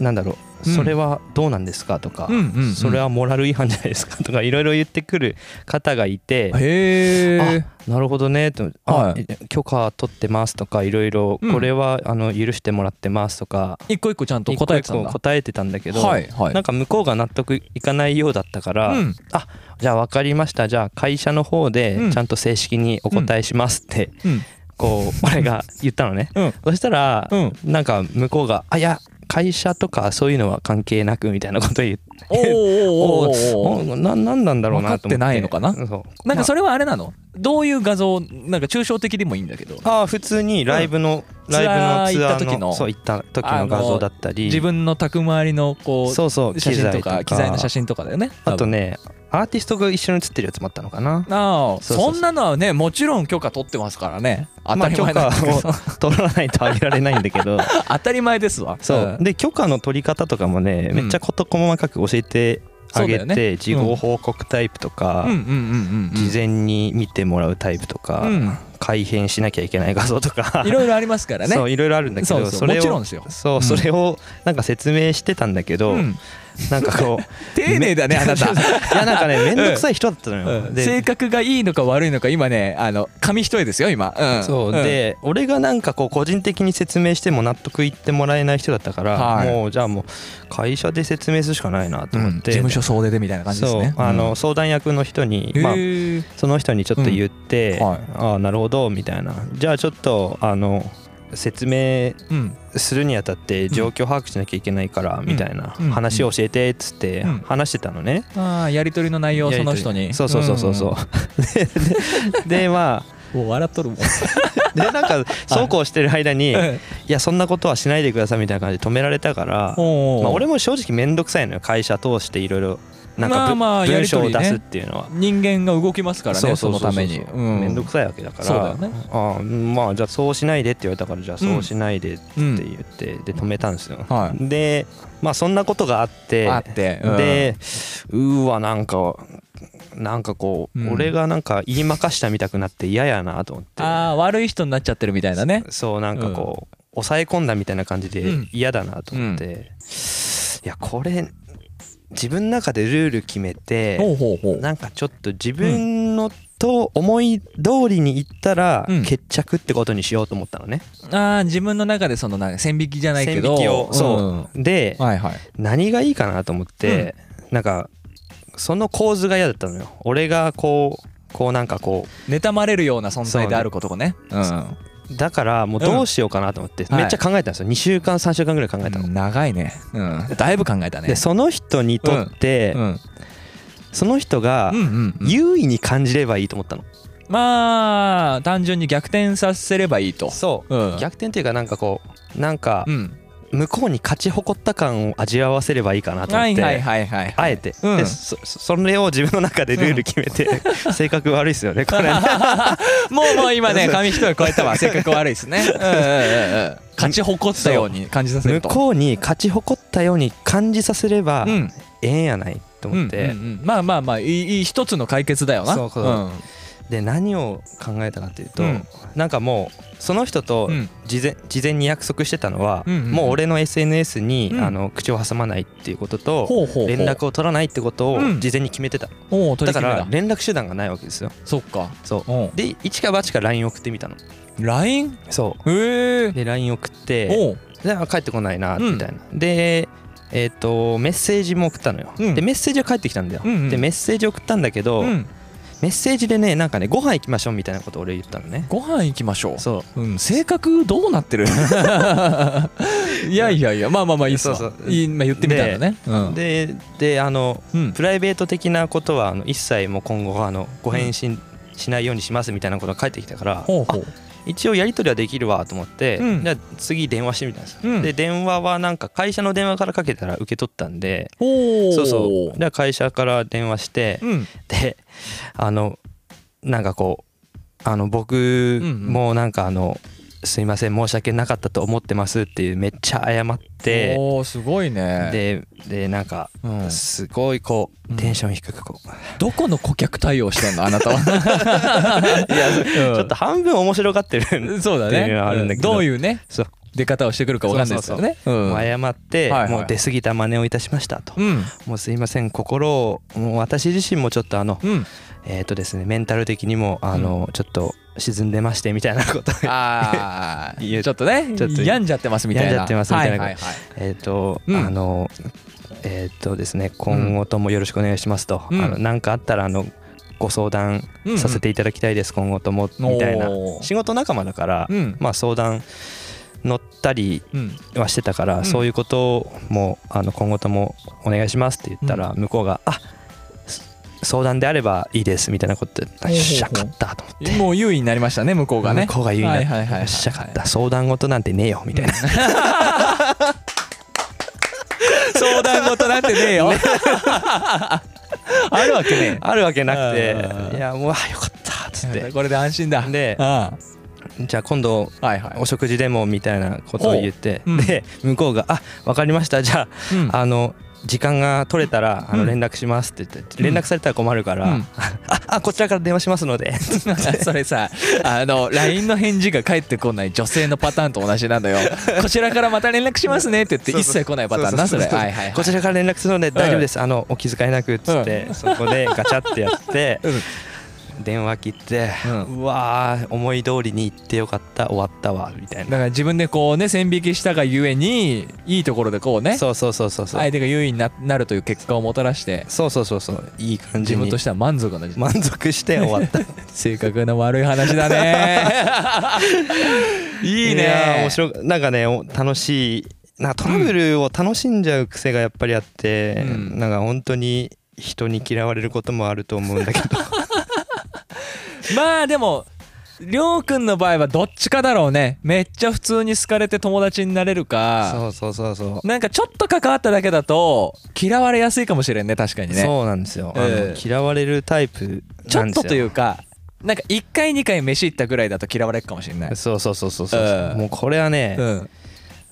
[SPEAKER 4] なんだろう
[SPEAKER 3] うん
[SPEAKER 4] それはどうなんですかとか、
[SPEAKER 3] うんうんうん
[SPEAKER 4] それはモラル違反じゃないですかとかいろいろ言ってくる方がいて、
[SPEAKER 3] へえ
[SPEAKER 4] あなるほどねと、
[SPEAKER 3] は
[SPEAKER 4] あ
[SPEAKER 3] い
[SPEAKER 4] 許可取ってますとかいろいろ
[SPEAKER 3] うん
[SPEAKER 4] これは、あの許してもらってますとか
[SPEAKER 3] 一個一個ちゃんと答えてたん
[SPEAKER 4] 一
[SPEAKER 3] だ
[SPEAKER 4] 個一個答えてたんだけど、
[SPEAKER 3] はいはい
[SPEAKER 4] なんか向こうが納得いかないようだったから、
[SPEAKER 3] うん
[SPEAKER 4] あじゃあ分かりましたじゃあ会社の方
[SPEAKER 3] うん
[SPEAKER 4] でちゃんと正式にお答えしますって、
[SPEAKER 3] うん
[SPEAKER 4] こう俺が言ったのね、
[SPEAKER 3] (laughs) うん
[SPEAKER 4] そしたら、
[SPEAKER 3] うん
[SPEAKER 4] なんか向こうが「あいや会社とかそういうのは関係なく」みたいなこと言って
[SPEAKER 3] おーおーおーおー
[SPEAKER 4] おななんなんだろうなと思
[SPEAKER 3] 分かって
[SPEAKER 4] って
[SPEAKER 3] ないのかな
[SPEAKER 4] そう
[SPEAKER 3] なんかそ
[SPEAKER 4] れ、
[SPEAKER 3] れはあれなのどういう画像なんか抽象的でもいいんだけど
[SPEAKER 4] まああー普通にライブの、
[SPEAKER 3] うん
[SPEAKER 4] ライブの
[SPEAKER 3] ツ
[SPEAKER 4] ツ
[SPEAKER 3] アー
[SPEAKER 4] ア
[SPEAKER 3] 行った
[SPEAKER 4] ーの
[SPEAKER 3] 時の
[SPEAKER 4] そう行った時の画像だったり
[SPEAKER 3] 自分の宅周りのこ
[SPEAKER 4] そうそうう
[SPEAKER 3] 写真と
[SPEAKER 4] 機材
[SPEAKER 3] か
[SPEAKER 4] とか
[SPEAKER 3] 機材の写真とかだよね
[SPEAKER 4] あと
[SPEAKER 3] ね
[SPEAKER 4] ねアーティストが一緒に写ってるやつもあったのか
[SPEAKER 3] あ
[SPEAKER 4] な
[SPEAKER 3] あ
[SPEAKER 4] そうそうそう
[SPEAKER 3] そんなのはねもちろん許可取ってますからね当たり前
[SPEAKER 4] ま
[SPEAKER 3] なん
[SPEAKER 4] あ
[SPEAKER 3] ですけど
[SPEAKER 4] 許可を取らないとあげられないんだけど
[SPEAKER 3] (laughs) 当たり前ですわ
[SPEAKER 4] そう
[SPEAKER 3] うん
[SPEAKER 4] で許可の取り方とかもね
[SPEAKER 3] うん
[SPEAKER 4] めっちゃ事細かく教えてあげ
[SPEAKER 3] そう
[SPEAKER 4] て、
[SPEAKER 3] だよね
[SPEAKER 4] 事後報告タイプとか、
[SPEAKER 3] うんうんうんうん
[SPEAKER 4] 事前に見てもらうタイプとか、
[SPEAKER 3] うん
[SPEAKER 4] 改変しなきゃいけない画像とか
[SPEAKER 3] いろいろありますからね
[SPEAKER 4] (laughs) そういろいろあるんだけど
[SPEAKER 3] そうそう
[SPEAKER 4] れを
[SPEAKER 3] もちろんですよ
[SPEAKER 4] そう、
[SPEAKER 3] うん
[SPEAKER 4] それをなんか説明してたんだけど、
[SPEAKER 3] うん
[SPEAKER 4] なんか
[SPEAKER 3] (laughs)
[SPEAKER 4] こう
[SPEAKER 3] 丁寧だねあ
[SPEAKER 4] (laughs)
[SPEAKER 3] なた
[SPEAKER 4] いやなんかね面倒くさい人だったのよ、
[SPEAKER 3] うん
[SPEAKER 4] で
[SPEAKER 3] 性格がいいのか悪いのか今ねあの紙一重ですよ今うん
[SPEAKER 4] そう、
[SPEAKER 3] ん
[SPEAKER 4] で俺がなんかこう個人的に説明しても納得いってもらえない人だったから、
[SPEAKER 3] はい
[SPEAKER 4] もうじゃあもう会社で説明するしかないなと
[SPEAKER 3] うん
[SPEAKER 4] 思っ
[SPEAKER 3] 事
[SPEAKER 4] て、
[SPEAKER 3] 務所総出でみたいな感じですね
[SPEAKER 4] そうあの相談役の人に、まあ、
[SPEAKER 3] へえ
[SPEAKER 4] その人にちょっと言って、
[SPEAKER 3] うんはい
[SPEAKER 4] ああなるほどみたいなじゃあちょっとあの説明
[SPEAKER 3] うん
[SPEAKER 4] するにあたって状況把握しなきゃいけないから、みたいな、
[SPEAKER 3] うん
[SPEAKER 4] 話を教えてっつって
[SPEAKER 3] うん
[SPEAKER 4] 話してたのね、
[SPEAKER 3] ああやり取りの内容をその人に
[SPEAKER 4] そうそうそうそうそう、でででま
[SPEAKER 3] うんもう笑っとるもん
[SPEAKER 4] あでなんかそうこうしてる間に、
[SPEAKER 3] うん
[SPEAKER 4] いやそんなことはしないでくださいみたいな感じで止められたから、
[SPEAKER 3] おー
[SPEAKER 4] まあ、俺も正直面倒くさいのよ会社通していろいろなんかぶ、
[SPEAKER 3] まあまあや
[SPEAKER 4] 文
[SPEAKER 3] りと
[SPEAKER 4] 章
[SPEAKER 3] り
[SPEAKER 4] を
[SPEAKER 3] ね
[SPEAKER 4] 出すっていうのは。
[SPEAKER 3] 人間が動きますからねそのためにうん
[SPEAKER 4] 面倒くさいわけだから
[SPEAKER 3] そうだよね
[SPEAKER 4] ああまあじゃあそうしないでって言われたからじゃあそうしないでって
[SPEAKER 3] うん
[SPEAKER 4] 言って、で止めたんですよ、
[SPEAKER 3] は
[SPEAKER 4] でまあそんなことがあって
[SPEAKER 3] あってうん
[SPEAKER 4] でうーわなんかなんかこう、
[SPEAKER 3] うん
[SPEAKER 4] 俺がなんか言いまかしたみたくなって嫌やなと思って
[SPEAKER 3] ああ悪い人になっちゃってるみたいなね
[SPEAKER 4] そうなんかこう、抑え込んだみたいな感じ
[SPEAKER 3] う
[SPEAKER 4] で
[SPEAKER 3] ん
[SPEAKER 4] 嫌だなと思って、いやこれ自分の中でルール決め
[SPEAKER 3] ほう
[SPEAKER 4] て
[SPEAKER 3] ほうほう
[SPEAKER 4] なんかちょっと自分のと思い通りにいったら
[SPEAKER 3] うん
[SPEAKER 4] 決着ってことにしようと思ったのね。
[SPEAKER 3] ああ自分の中でそのなんか線引きじゃないけど
[SPEAKER 4] 線引きをそう、で、
[SPEAKER 3] うんはいはい
[SPEAKER 4] 何がいいかなと思って、なんかその構図が嫌だったのよ。俺がこうこうなんかこう
[SPEAKER 3] 妬まれるような存在であることがねう
[SPEAKER 4] だからもうどうしようかなと思って、
[SPEAKER 3] うん
[SPEAKER 4] めっちゃ考えたんですよ、2週間3週間ぐらい考えたの、
[SPEAKER 3] ん長いねうんだいぶ考えたね
[SPEAKER 4] でその人にとって、
[SPEAKER 3] うんうん
[SPEAKER 4] その人が
[SPEAKER 3] うんうん
[SPEAKER 4] 優位に感じればいいと思ったの、
[SPEAKER 3] まあ単純に逆転させればいいと
[SPEAKER 4] そう、
[SPEAKER 3] うん
[SPEAKER 4] 逆転っていうかなんかこうなんか
[SPEAKER 3] うん
[SPEAKER 4] 向こうに勝ち誇った感を味わわせればいいかなと
[SPEAKER 3] は
[SPEAKER 4] 思っ
[SPEAKER 3] い
[SPEAKER 4] て、
[SPEAKER 3] はいはいはい
[SPEAKER 4] あえて、
[SPEAKER 3] うん
[SPEAKER 4] でそそそれを自分の中でルール決めて、性格悪いですよね
[SPEAKER 3] (laughs)
[SPEAKER 4] これ
[SPEAKER 3] もうもう今ね紙一重超えたわ性格悪いですねうんうんうんうん勝ち誇ったように感じさせ
[SPEAKER 4] 向
[SPEAKER 3] ると
[SPEAKER 4] こうに勝ち誇ったように感じさせれば、
[SPEAKER 3] うん
[SPEAKER 4] ええんやないと思って、
[SPEAKER 3] うんうんうんまあまあまあいいいい一つの解決だよな
[SPEAKER 4] そうそうで何を考えたかというと、
[SPEAKER 3] うん
[SPEAKER 4] なんかもうその人と
[SPEAKER 3] うん
[SPEAKER 4] 事前,、事前に約束してたのは、
[SPEAKER 3] うんうんうん
[SPEAKER 4] もう俺の SNS に、
[SPEAKER 3] うん
[SPEAKER 4] あの口を挟まないっていうことと
[SPEAKER 3] ほうほうほう
[SPEAKER 4] 連絡を取らないってことを
[SPEAKER 3] うん
[SPEAKER 4] 事前に決めてた、
[SPEAKER 3] おお取
[SPEAKER 4] だ
[SPEAKER 3] り
[SPEAKER 4] か
[SPEAKER 3] 決め
[SPEAKER 4] ら
[SPEAKER 3] だ
[SPEAKER 4] 連絡手段がないわけですよ
[SPEAKER 3] そっか
[SPEAKER 4] そう
[SPEAKER 3] おう
[SPEAKER 4] で一か八か LINE 送ってみたの
[SPEAKER 3] LINE?
[SPEAKER 4] そ
[SPEAKER 3] へえ
[SPEAKER 4] うで LINE 送って
[SPEAKER 3] おう
[SPEAKER 4] であ帰ってこないな
[SPEAKER 3] うん
[SPEAKER 4] みたいな、でえっとメッセージも送ったのよ、
[SPEAKER 3] うん
[SPEAKER 4] でメッセージは返ってきたんだよ、
[SPEAKER 3] うんうん
[SPEAKER 4] でメッセージ送ったんだけど、
[SPEAKER 3] うん
[SPEAKER 4] メッセージでねなんかねご飯行きましょうみたいなことを俺言ったのね
[SPEAKER 3] ご飯行きましょう
[SPEAKER 4] そう
[SPEAKER 3] うん性格どうなってる (laughs) いやいやいやまあまあまあいいっすわ
[SPEAKER 4] そうそう
[SPEAKER 3] いいまあ言ってみたんだねうん
[SPEAKER 4] でであの、
[SPEAKER 3] うん
[SPEAKER 4] プライベート的なことはあの一切もう今後あのご返信しないようにしますみたいなことが返ってきたから、
[SPEAKER 3] ほうほう
[SPEAKER 4] 一応やり取りはできるわと思って、
[SPEAKER 3] うん
[SPEAKER 4] じゃあ次電話してみたんですよ、
[SPEAKER 3] うん
[SPEAKER 4] で電話はなんか会社の電話からかけたら受け取ったんで
[SPEAKER 3] おお
[SPEAKER 4] そうそうじゃあ会社から電話して、
[SPEAKER 3] うん
[SPEAKER 4] であのなんかこうあの僕
[SPEAKER 3] うんうん
[SPEAKER 4] もなんかあの、すいません申し訳なかったと思ってますっていうめっちゃ謝って
[SPEAKER 3] おおすごいね
[SPEAKER 4] ででなんか
[SPEAKER 3] うん
[SPEAKER 4] すごいこ
[SPEAKER 3] う
[SPEAKER 4] うんテンション低くこう、
[SPEAKER 3] どこの顧客対応してんのあなたは
[SPEAKER 4] (laughs) いや
[SPEAKER 3] ち
[SPEAKER 4] ちょっと半分面白かってるんで
[SPEAKER 3] そうだ
[SPEAKER 4] っていうのはあるん
[SPEAKER 3] ね
[SPEAKER 4] だけど
[SPEAKER 3] どういうね
[SPEAKER 4] そう
[SPEAKER 3] 出方をしてくるかわかんないですからね。うん
[SPEAKER 4] もう謝って、
[SPEAKER 3] はいはい
[SPEAKER 4] もう出過ぎた真似をいたしましたと、
[SPEAKER 3] うん
[SPEAKER 4] もうすいません心をもう私自身もちょっとあの、
[SPEAKER 3] うん、
[SPEAKER 4] えっ、とですねメンタル的にもあの、ちょっと沈んでましてみたいなことを
[SPEAKER 3] ああ
[SPEAKER 4] (laughs) 言う
[SPEAKER 3] ちょっとね
[SPEAKER 4] ちょっと
[SPEAKER 3] 病んじゃってますみたいな
[SPEAKER 4] 病んじゃってますみたいな
[SPEAKER 3] はいはいはい
[SPEAKER 4] えっ、と、
[SPEAKER 3] うん
[SPEAKER 4] あのえっ、とですね今後ともよろしくお願いしますと、
[SPEAKER 3] うん
[SPEAKER 4] あのなんかあったらあのご相談させていただきたいです、今後ともみたいな
[SPEAKER 3] おー
[SPEAKER 4] 仕事仲間だから、
[SPEAKER 3] うん
[SPEAKER 4] まあ相談乗ったり
[SPEAKER 3] うん
[SPEAKER 4] はしてたから、
[SPEAKER 3] ん
[SPEAKER 4] そういうこともあの今後ともお願いしますって言ったら、向こうが「あそ相談であればいいです」みたいなことで「
[SPEAKER 3] ほう
[SPEAKER 4] よっしゃかった」と思って。
[SPEAKER 3] もう優位になりましたね向こうがね
[SPEAKER 4] 向こうが言うになって、
[SPEAKER 3] はいはいはいはい
[SPEAKER 4] よっしゃかった相談事なんてねえよみたいな、
[SPEAKER 3] 相談事なんて
[SPEAKER 4] (laughs)
[SPEAKER 3] ねえよあるわけね
[SPEAKER 4] あるわけなく
[SPEAKER 3] うん
[SPEAKER 4] ていやもうあよかったっつっ
[SPEAKER 3] え
[SPEAKER 4] て
[SPEAKER 3] これで安心だ
[SPEAKER 4] で
[SPEAKER 3] あ
[SPEAKER 4] じゃあ今度
[SPEAKER 3] あはいはい
[SPEAKER 4] お食事でもみたいなことを言って、
[SPEAKER 3] ほううん
[SPEAKER 4] で向こうが「あわかりましたじゃ
[SPEAKER 3] う
[SPEAKER 4] あ,、
[SPEAKER 3] ん
[SPEAKER 4] あの時間が取れたらあ
[SPEAKER 3] う
[SPEAKER 4] の
[SPEAKER 3] ん
[SPEAKER 4] 連絡します」って言って連絡されたら困るから「
[SPEAKER 3] うん
[SPEAKER 4] (laughs) ああこちらから電話しますので」
[SPEAKER 3] (laughs) それさあの LINE の返事が返ってこない女性のパターンと同じなんだよ
[SPEAKER 4] (laughs)
[SPEAKER 3] こちらからまた連絡しますねって言って一切来ないパターンなそれはいはいはい
[SPEAKER 4] こちらから連絡するので大丈夫です、あのお気遣いなくっつって、そこでガチャってや
[SPEAKER 3] (laughs)
[SPEAKER 4] って、電話切って、
[SPEAKER 3] う
[SPEAKER 4] うんわー思い通りに行ってよかった終わったわみたい
[SPEAKER 3] だか
[SPEAKER 4] な
[SPEAKER 3] ら自分でこうね線引きしたがゆえにいいところでこうね
[SPEAKER 4] そうそうそうそうそう、
[SPEAKER 3] 相手が優位にななるという結果をもたらして
[SPEAKER 4] そうそうそうそういい感じ
[SPEAKER 3] 自分
[SPEAKER 4] に
[SPEAKER 3] としては満足な
[SPEAKER 4] 満足して終わ
[SPEAKER 3] (laughs)
[SPEAKER 4] った
[SPEAKER 3] 性格の悪い話だねいいね
[SPEAKER 4] やー面白いなんかねお楽しいなんかトラブルを楽しんじゃう癖がやっぱりあって、
[SPEAKER 3] うん
[SPEAKER 4] なんか本当に人に嫌われることもあると思うんだけ
[SPEAKER 3] (laughs)
[SPEAKER 4] ど
[SPEAKER 3] まあでもりょうくんの場合はどっちかだろうねめっちゃ普通に好かれて友達になれるか
[SPEAKER 4] そうそうそうそう
[SPEAKER 3] なんかちょっと関わっただけだと嫌われやすいかもしれんね確かにね
[SPEAKER 4] そうなんですよ、あの
[SPEAKER 3] ええ
[SPEAKER 4] 嫌われるタイプ
[SPEAKER 3] ちょ
[SPEAKER 4] な
[SPEAKER 3] っ
[SPEAKER 4] んです
[SPEAKER 3] と
[SPEAKER 4] よ
[SPEAKER 3] というかなんか1回2回飯行ったぐらいだと嫌われるかもしれない
[SPEAKER 4] そうそうそうそうそう、
[SPEAKER 3] ええ
[SPEAKER 4] もうこれはね、
[SPEAKER 3] うん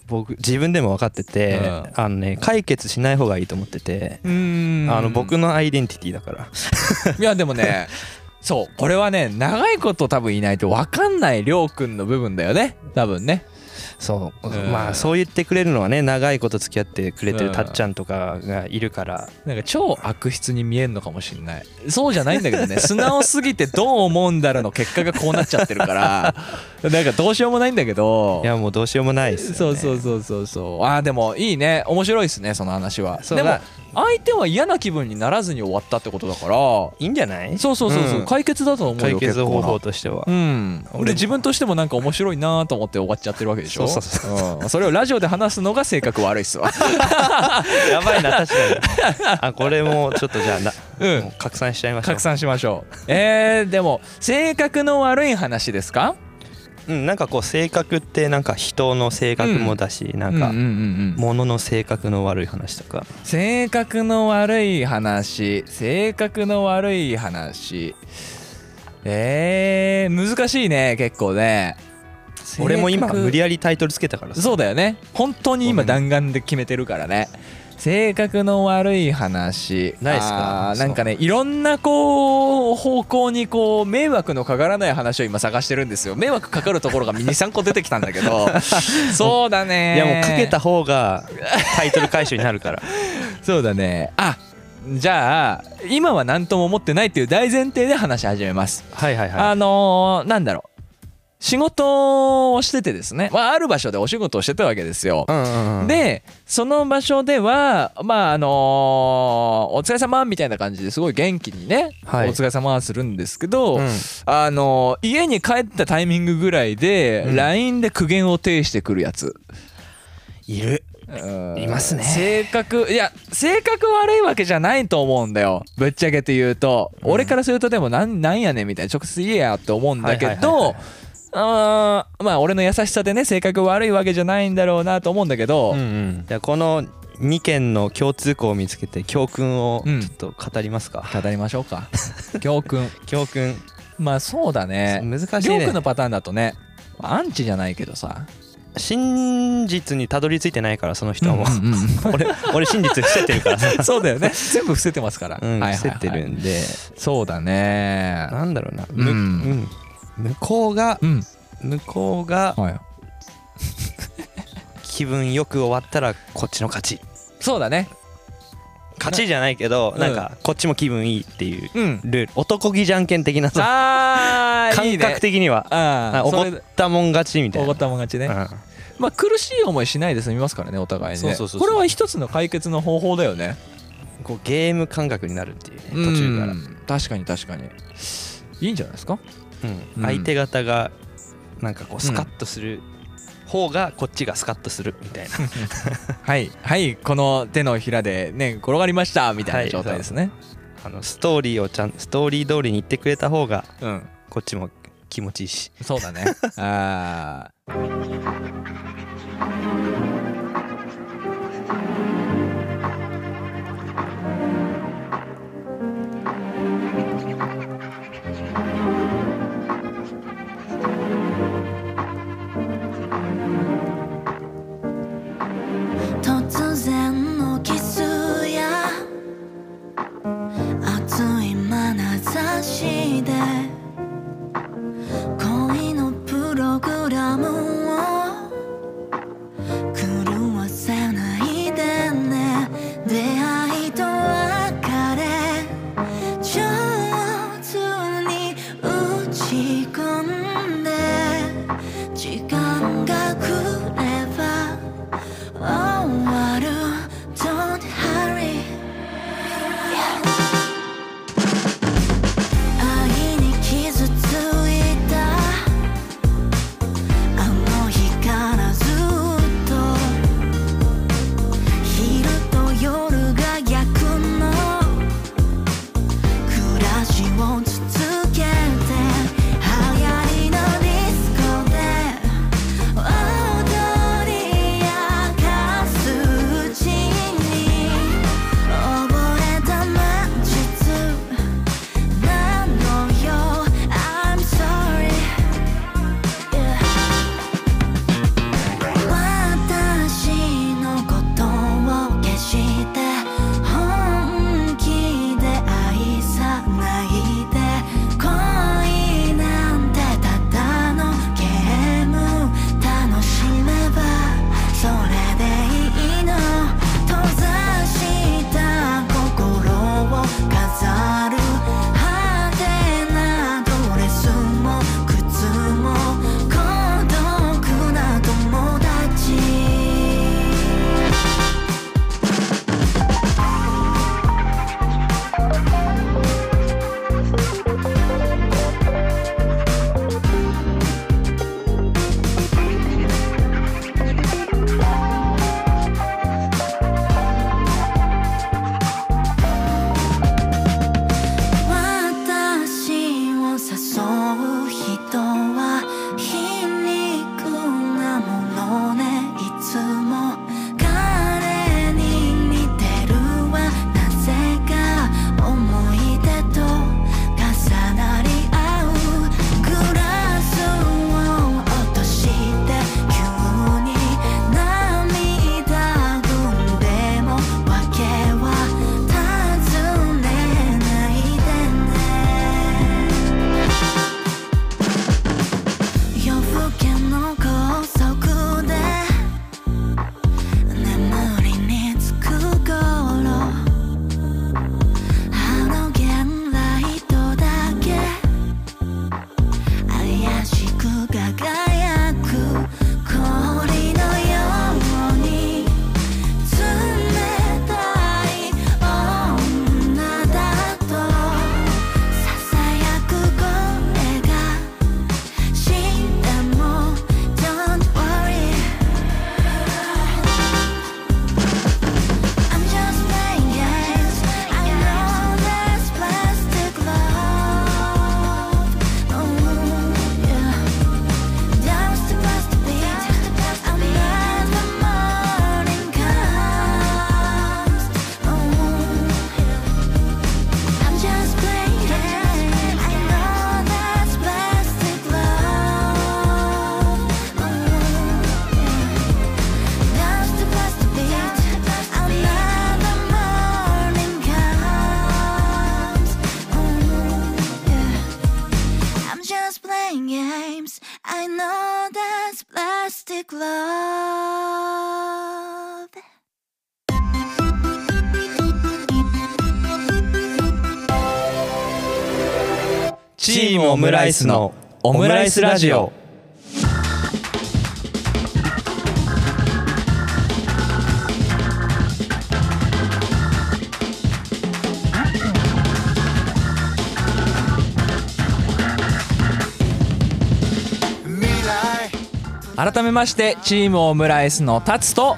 [SPEAKER 4] 僕自分でも分かってて、
[SPEAKER 3] うん
[SPEAKER 4] あのね解決しない方がいいと思ってて、
[SPEAKER 3] うーん
[SPEAKER 4] あ
[SPEAKER 3] (laughs)
[SPEAKER 4] の僕のアイデンティティだから
[SPEAKER 3] いやでもねそうこれはね長いこと多分いないと分かんないりょうくんの部分だよね多分ね
[SPEAKER 4] そう、
[SPEAKER 3] うん
[SPEAKER 4] まあそう言ってくれるのはね長いこと付き合ってくれて
[SPEAKER 3] う
[SPEAKER 4] る
[SPEAKER 3] ん
[SPEAKER 4] たっちゃんとかがいるから、
[SPEAKER 3] なんか超悪質に見えんのかもしんないそうじゃないんだけどね (laughs) 素直すぎてどう思うんだろうの結果がこうなっちゃってるから (laughs) なんかどうしようもないんだけど
[SPEAKER 4] いやもうどうしようもないです
[SPEAKER 3] そ
[SPEAKER 4] よ、
[SPEAKER 3] う
[SPEAKER 4] ね、
[SPEAKER 3] そうそうそうそうあーでもいいね面白いですねその話は
[SPEAKER 4] そう
[SPEAKER 3] でも
[SPEAKER 4] だ
[SPEAKER 3] 相手は嫌な気分にならずに終わったってことだから
[SPEAKER 4] いいんじゃない
[SPEAKER 3] そうそうそうそう、
[SPEAKER 4] ん
[SPEAKER 3] 解決だと思う
[SPEAKER 4] 解
[SPEAKER 3] よ結
[SPEAKER 4] 決
[SPEAKER 3] 構
[SPEAKER 4] 方
[SPEAKER 3] な
[SPEAKER 4] 法としては、
[SPEAKER 3] うん、
[SPEAKER 4] も
[SPEAKER 3] で自分としてもなんか面白いなと思って終わっちゃってるわけでしょ、
[SPEAKER 4] そうそう
[SPEAKER 3] ん、それをラジオで話すのが性格悪いっすわ
[SPEAKER 4] やばいな確かに (laughs) あこれもちょっとじゃあな、
[SPEAKER 3] うん
[SPEAKER 4] もう拡散しちゃいましょう
[SPEAKER 3] 拡散しましょうえー、でも性格の悪い話ですか
[SPEAKER 4] うん、なんかこう性格ってなんか人の性格もだし、なんか
[SPEAKER 3] うんうんうんうん
[SPEAKER 4] 物の性格の悪い話とか
[SPEAKER 3] 性格の悪い話性格の悪い話えー、難しいね結構ね
[SPEAKER 4] 俺も今無理
[SPEAKER 3] や
[SPEAKER 4] やりタイトルつけたからさ
[SPEAKER 3] そうだよね本当に今弾丸で決めてるからね性格の悪い話
[SPEAKER 4] ないっすか
[SPEAKER 3] あーなんかねいろんなこう方向にこう迷惑のかからない話を今探してるんですよ迷惑かかるところが23個出てきたんだけ
[SPEAKER 4] (laughs)
[SPEAKER 3] どそうだね
[SPEAKER 4] いやもうかけた方がタイトル回収にな
[SPEAKER 3] (laughs)
[SPEAKER 4] るから
[SPEAKER 3] そうだねあじゃあ今は何とも思ってないっていう大前提で話し始めます、
[SPEAKER 4] はいはい
[SPEAKER 3] あ
[SPEAKER 4] は
[SPEAKER 3] のーなんだろう仕事をしててですね、まあ、ある場所でお仕事をしてたわけですよ
[SPEAKER 4] い、うんうんうん、
[SPEAKER 3] でその場所ではまああのーお疲れ様みたいな感じですごい元気にね、
[SPEAKER 4] はい
[SPEAKER 3] お疲れ様はするんですけど、
[SPEAKER 4] うん
[SPEAKER 3] あのー家に帰ったタイミングぐらいで、
[SPEAKER 4] うん
[SPEAKER 3] LINE で苦言を呈してくるやつ
[SPEAKER 4] いる
[SPEAKER 3] うん
[SPEAKER 4] (laughs) いますね
[SPEAKER 3] 性格いや性格悪いわけじゃないと思うんだよぶっちゃけて言うと、
[SPEAKER 4] うん
[SPEAKER 3] 俺からするとでもなんなんやねんみたいな直接言えやって思うんだけ
[SPEAKER 4] はいはいはい
[SPEAKER 3] ど
[SPEAKER 4] はい
[SPEAKER 3] あーまあ俺の優しさでね性格悪いわけじゃないんだろうなと思うんだけど、
[SPEAKER 4] じゃあこの2件の共通項を見つけて教訓を
[SPEAKER 3] うん
[SPEAKER 4] ちょっと語りますか、
[SPEAKER 3] 語りましょうか (laughs) 教訓
[SPEAKER 4] 教訓
[SPEAKER 3] まあそうだね
[SPEAKER 4] 難しい
[SPEAKER 3] 教
[SPEAKER 4] ね
[SPEAKER 3] 訓のパターンだとねアンチじゃないけどさ
[SPEAKER 4] 真実にたどり着いてないからその人はもう、
[SPEAKER 3] うんうん
[SPEAKER 4] 俺俺真実伏せてるから
[SPEAKER 3] (laughs)
[SPEAKER 4] さ、(laughs)
[SPEAKER 3] そうだよね全部伏せてますから、
[SPEAKER 4] うん、
[SPEAKER 3] はい
[SPEAKER 4] 伏
[SPEAKER 3] はいはい
[SPEAKER 4] せてるんで、
[SPEAKER 3] そうだね
[SPEAKER 4] なんだろうな、
[SPEAKER 3] うん
[SPEAKER 4] むうん向こうが
[SPEAKER 3] うん
[SPEAKER 4] 向こうが
[SPEAKER 3] はい
[SPEAKER 4] 気分よく終わったらこっちの勝ち
[SPEAKER 3] そうだね
[SPEAKER 4] 勝ちじゃないけど
[SPEAKER 3] うん
[SPEAKER 4] なんかこっちも気分いいっていう
[SPEAKER 3] うん
[SPEAKER 4] ルール男気じゃんけん的なさ
[SPEAKER 3] あーい
[SPEAKER 4] 感
[SPEAKER 3] いね
[SPEAKER 4] 覚的には
[SPEAKER 3] あ
[SPEAKER 4] あ
[SPEAKER 3] あそ
[SPEAKER 4] 怒
[SPEAKER 3] れ
[SPEAKER 4] っ
[SPEAKER 3] で
[SPEAKER 4] たもん勝ちみたい
[SPEAKER 3] おご
[SPEAKER 4] な
[SPEAKER 3] ったもん勝ちね、
[SPEAKER 4] うん
[SPEAKER 3] まあ苦しい思いしないで済みますからねお互いね
[SPEAKER 4] そうそうそうそう
[SPEAKER 3] これは一つの解決の方法だよね
[SPEAKER 4] こうゲーム感覚になるっていうね途中から、
[SPEAKER 3] うん確かに確かにいいんじゃないですか
[SPEAKER 4] うん相手方がなんかこうスカッとする方がこっちがスカッとするみたいな、
[SPEAKER 3] はいはいこの手のひらでね転がりましたみたいな状態ですね、
[SPEAKER 4] (laughs) あのストーリーをちゃんストーリー通りに言ってくれた方が
[SPEAKER 3] うん
[SPEAKER 4] こっちも気持ちいいし
[SPEAKER 3] そうだね (laughs) ああ
[SPEAKER 2] 突然のキスや熱い眼差しで恋のプログラムを狂わせないでね出会いと別れ上手に打ち込んで時間が来れば Oh, water, don't hurry. 愛に傷ついたあの日からずっと昼と夜が逆の暮らしを続けて流行りのディスコで「踊り明かすうちに」「溺れた魔術なのよ I'm sorry」「私のことを決して本気で愛さないで」「恋なんてただのゲーム」「楽しめばそれでいいの」「閉ざした心を飾る」「派手なドレスも靴も孤独な友達」私を誘う人は皮肉なものねいつも彼に似てるわなぜか思い出と重なり合うグラスを落として急に涙ぐんでもわけは尋ねないでね夜更けの高速で眠りにつく頃あの現ライトだけ怪しく輝く氷のように冷たい女だとささやく声が死んでも Don't worry I'm just playing games I know there's plastic love Oh yeah Dance to plastic beat I'm glad the morning comes Oh yeah I'm just playing. I know that's plastic love. Oh, That's the plastic beat. I'm glad the morning comes. I'm just playing games. I know that's plastic love.
[SPEAKER 4] チームオムライスのオムライスラジオ。
[SPEAKER 3] 改めましてチームオムライスの達と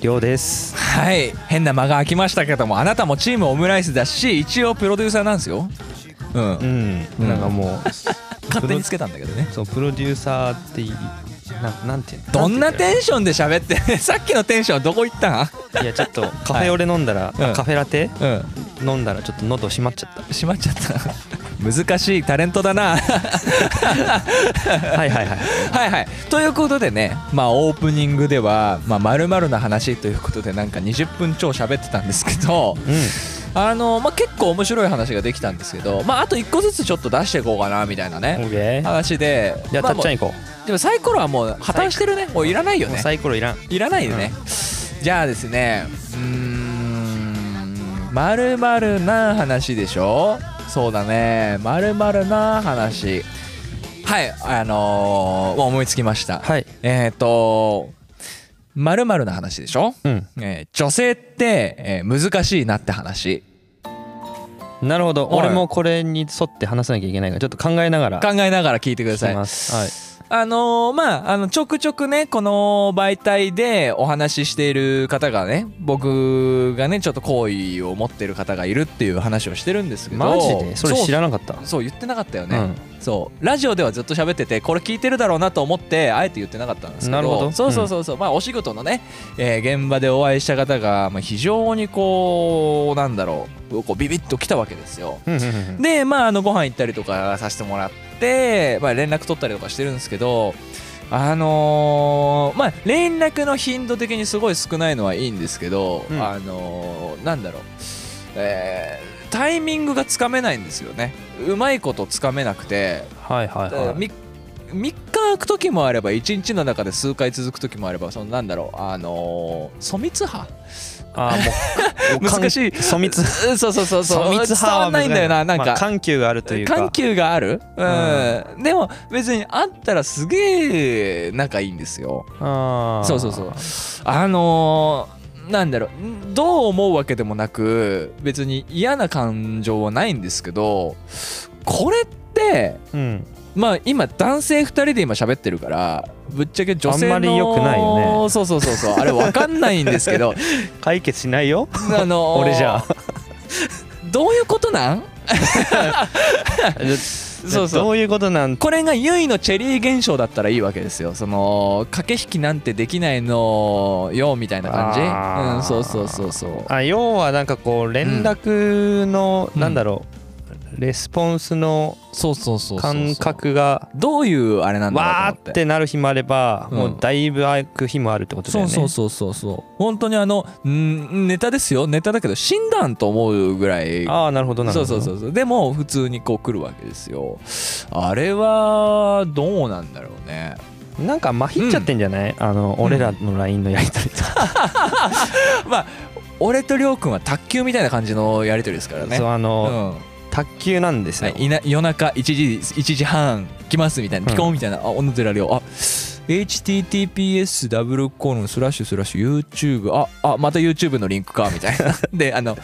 [SPEAKER 4] りょうです
[SPEAKER 3] はい変な間が空きましたけどもあなたもチームオムライスだし一応プロデューサーなんですようん、
[SPEAKER 4] うんなんかもう
[SPEAKER 3] 勝手につけたんだけどね
[SPEAKER 4] (laughs) そうプロデューサーっていななんていうの
[SPEAKER 3] どんな
[SPEAKER 4] ていう
[SPEAKER 3] テンションで喋って (laughs) さっきのテンションどこ行ったん
[SPEAKER 4] のいやちょっとカフェオレ飲んだら、
[SPEAKER 3] いうん
[SPEAKER 4] カフェラテ
[SPEAKER 3] うん
[SPEAKER 4] 飲んだらちょっと喉閉まっちゃっ
[SPEAKER 3] 閉まっちゃった
[SPEAKER 4] (laughs)
[SPEAKER 3] 難しいタレントだな
[SPEAKER 4] たはいはいは
[SPEAKER 3] (laughs)
[SPEAKER 4] い
[SPEAKER 3] はいはいということでねまあオープニングではまあまるな話ということでなんか20分超喋ってたんですけど
[SPEAKER 4] う
[SPEAKER 3] あのまあ結構面白い話ができたんですけどまああと1個ずつちょっと出していこうかなみたいなん
[SPEAKER 4] オ
[SPEAKER 3] ね
[SPEAKER 4] ッケー
[SPEAKER 3] 話で
[SPEAKER 4] じゃ
[SPEAKER 3] ま
[SPEAKER 4] あた
[SPEAKER 3] あ
[SPEAKER 4] っ
[SPEAKER 3] もう
[SPEAKER 4] ちゃん行こ
[SPEAKER 3] でもサイコロはもう破綻してるねもういらないうよ
[SPEAKER 4] もう
[SPEAKER 3] ね
[SPEAKER 4] サイコロいらん
[SPEAKER 3] いらないよね、じゃあですねうーんまるまるな話でしょそうだねまるまるな話はいあのーもう思いつきました、
[SPEAKER 4] はい
[SPEAKER 3] えっ、ー、とまるまるな話でしょ、
[SPEAKER 4] うん
[SPEAKER 3] えー女性って、えー難しいなって話
[SPEAKER 4] なるほど
[SPEAKER 3] はい
[SPEAKER 4] 俺もこれに沿って話さなきゃいけないからちょっと考えながら
[SPEAKER 3] 考えながら聞いてくださ
[SPEAKER 4] し
[SPEAKER 3] い
[SPEAKER 4] ますはい
[SPEAKER 3] あのーまああのちょくちょくねこの媒体でお話ししている方がね僕がねちょっと好意を持ってる方がいるっていう話をしてるんですけど
[SPEAKER 4] マジでそれ知らなかった
[SPEAKER 3] そうそう言ってなかったよね、そうラジオではずっと喋っててこれ聞いてるだろうなと思ってあえて言ってなかったんですけど
[SPEAKER 4] なるほど
[SPEAKER 3] そうそうそうそう、まあお仕事のね、えー現場でお会いした方が、まあ、非常にこうなんだろうこうビビッと来たわけですよ
[SPEAKER 4] うんうんうんうん
[SPEAKER 3] でまああのご飯行ったりとかさせてもらって、まあ、連絡取ったりとかしてるんですけどあのーまあ連絡の頻度的にすごい少ないのはいいんですけど、
[SPEAKER 4] うん
[SPEAKER 3] あのーなんだろう、えータイミングがつかめないんですよねうまいことつかめなくて
[SPEAKER 4] はいはいは
[SPEAKER 3] 3, 日空く時もあれば1日の中で数回続く時もあればそのなんだろうあのー粗密派
[SPEAKER 4] いあーもうもう
[SPEAKER 3] 難しい
[SPEAKER 4] かん粗密
[SPEAKER 3] う (laughs) そうそうそうそう
[SPEAKER 4] 粗密
[SPEAKER 3] 伝わんないんだよななんか、
[SPEAKER 4] まあ緩急があるというか
[SPEAKER 3] 緩急がある、うんでも別にあったらすげえ仲いいんですよ
[SPEAKER 4] あー
[SPEAKER 3] そうそうそうあのーなんだろうんどう思うわけでもなく別に嫌な感情はないんですけどこれって
[SPEAKER 4] うん
[SPEAKER 3] まあ今男性2人で今喋ってるからぶっちゃけ女性の
[SPEAKER 4] あんまり良くないよ
[SPEAKER 3] ねそうそうそうそうあれ分かんないんですけ
[SPEAKER 4] (laughs)
[SPEAKER 3] ど
[SPEAKER 4] 解決しないよ
[SPEAKER 3] あのー
[SPEAKER 4] 俺じゃあ (laughs)
[SPEAKER 3] どういうことなん (laughs)
[SPEAKER 4] そう
[SPEAKER 3] そう
[SPEAKER 4] どういうことなん
[SPEAKER 3] これがユイのチェリー現象だったらいいわけですよその駆け引きなんてできないのよみたいな感じ
[SPEAKER 4] あー
[SPEAKER 3] うんそうそうそうそう
[SPEAKER 4] あ要はなんかこう連絡の、
[SPEAKER 3] うん
[SPEAKER 4] なんだろうレスポンスの
[SPEAKER 3] そうそうそうそう
[SPEAKER 4] 感覚が
[SPEAKER 3] どういうあれなんだ
[SPEAKER 4] わ
[SPEAKER 3] ろうと
[SPEAKER 4] ー
[SPEAKER 3] 思
[SPEAKER 4] っ
[SPEAKER 3] って
[SPEAKER 4] てなる日もあれば、
[SPEAKER 3] うん
[SPEAKER 4] もうだいぶ空く日もあるってことだ
[SPEAKER 3] そ
[SPEAKER 4] よ
[SPEAKER 3] う
[SPEAKER 4] ね
[SPEAKER 3] そうそうそうそう本当にあのんネタですよネタだけど死んだんと思うぐらい
[SPEAKER 4] ああなるほどなる
[SPEAKER 3] そ
[SPEAKER 4] ほ
[SPEAKER 3] う
[SPEAKER 4] ど
[SPEAKER 3] そうそうそうでも普通にこう来るわけですよあれはどうなんだろうね
[SPEAKER 4] なんかまひっちゃってんじゃない、あの俺らの LINE のやり取りとか、
[SPEAKER 3] まあ俺とりょうくんは卓球みたいな感じのやり取りですからね
[SPEAKER 4] そうあ
[SPEAKER 3] う
[SPEAKER 4] の、
[SPEAKER 3] ん
[SPEAKER 4] 卓球なんです
[SPEAKER 3] は
[SPEAKER 4] よ、
[SPEAKER 3] い、いな夜中1時1時半来ますみたいなピコンみたいな、あ女寺亮あ https ダブルコロンスラッシュスラッシュ YouTube ああまた YouTube のリンクかみたい
[SPEAKER 4] (laughs)
[SPEAKER 3] なであの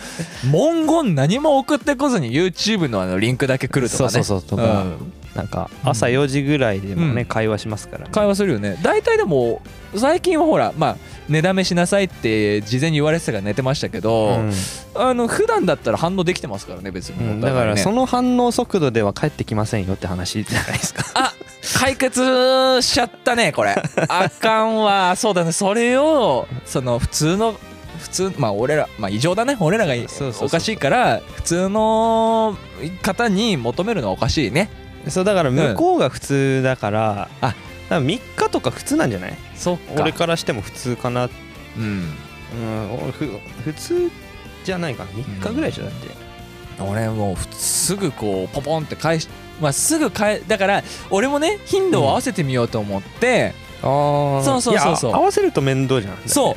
[SPEAKER 3] 文言何も送ってこずに YouTube のあのリンクだけ来るとか
[SPEAKER 4] そ
[SPEAKER 3] ね
[SPEAKER 4] うそうそうとか、
[SPEAKER 3] うん
[SPEAKER 4] なんか朝4時ぐらいでもね、
[SPEAKER 3] うん
[SPEAKER 4] 会話しますからね
[SPEAKER 3] 会話するよね大体でも最近はほらまあ寝だめしなさいって事前に言われてたから寝てましたけど、
[SPEAKER 4] うん
[SPEAKER 3] あの普段だったら反応できてますからね別に、
[SPEAKER 4] うんだからそ
[SPEAKER 3] の
[SPEAKER 4] の反応速度では帰ってきませんよって話じゃないです (laughs) か
[SPEAKER 3] あ解決しちゃったねこ
[SPEAKER 4] (laughs)
[SPEAKER 3] れあかんわそうだねそれをその普通の普通まあ俺らまあ異常だね俺らがい
[SPEAKER 4] そうそうそう
[SPEAKER 3] おかしいから普通の方に求めるのはおかしいね
[SPEAKER 4] そうだから向こうが普通だから、
[SPEAKER 3] うん
[SPEAKER 4] あだから3日とか普通なんじゃない
[SPEAKER 3] そっ
[SPEAKER 4] 俺からしても普通かな、
[SPEAKER 3] うん
[SPEAKER 4] うん、俺ふ普通じゃないかな3日ぐらいでしょだって、
[SPEAKER 3] 俺もうふすぐこうポポンって返し、まあ、すぐ返だから俺もね頻度を合わせてみようと思って、
[SPEAKER 4] あ
[SPEAKER 3] そうそうそうそう
[SPEAKER 4] 合わせると面倒じゃん
[SPEAKER 3] そ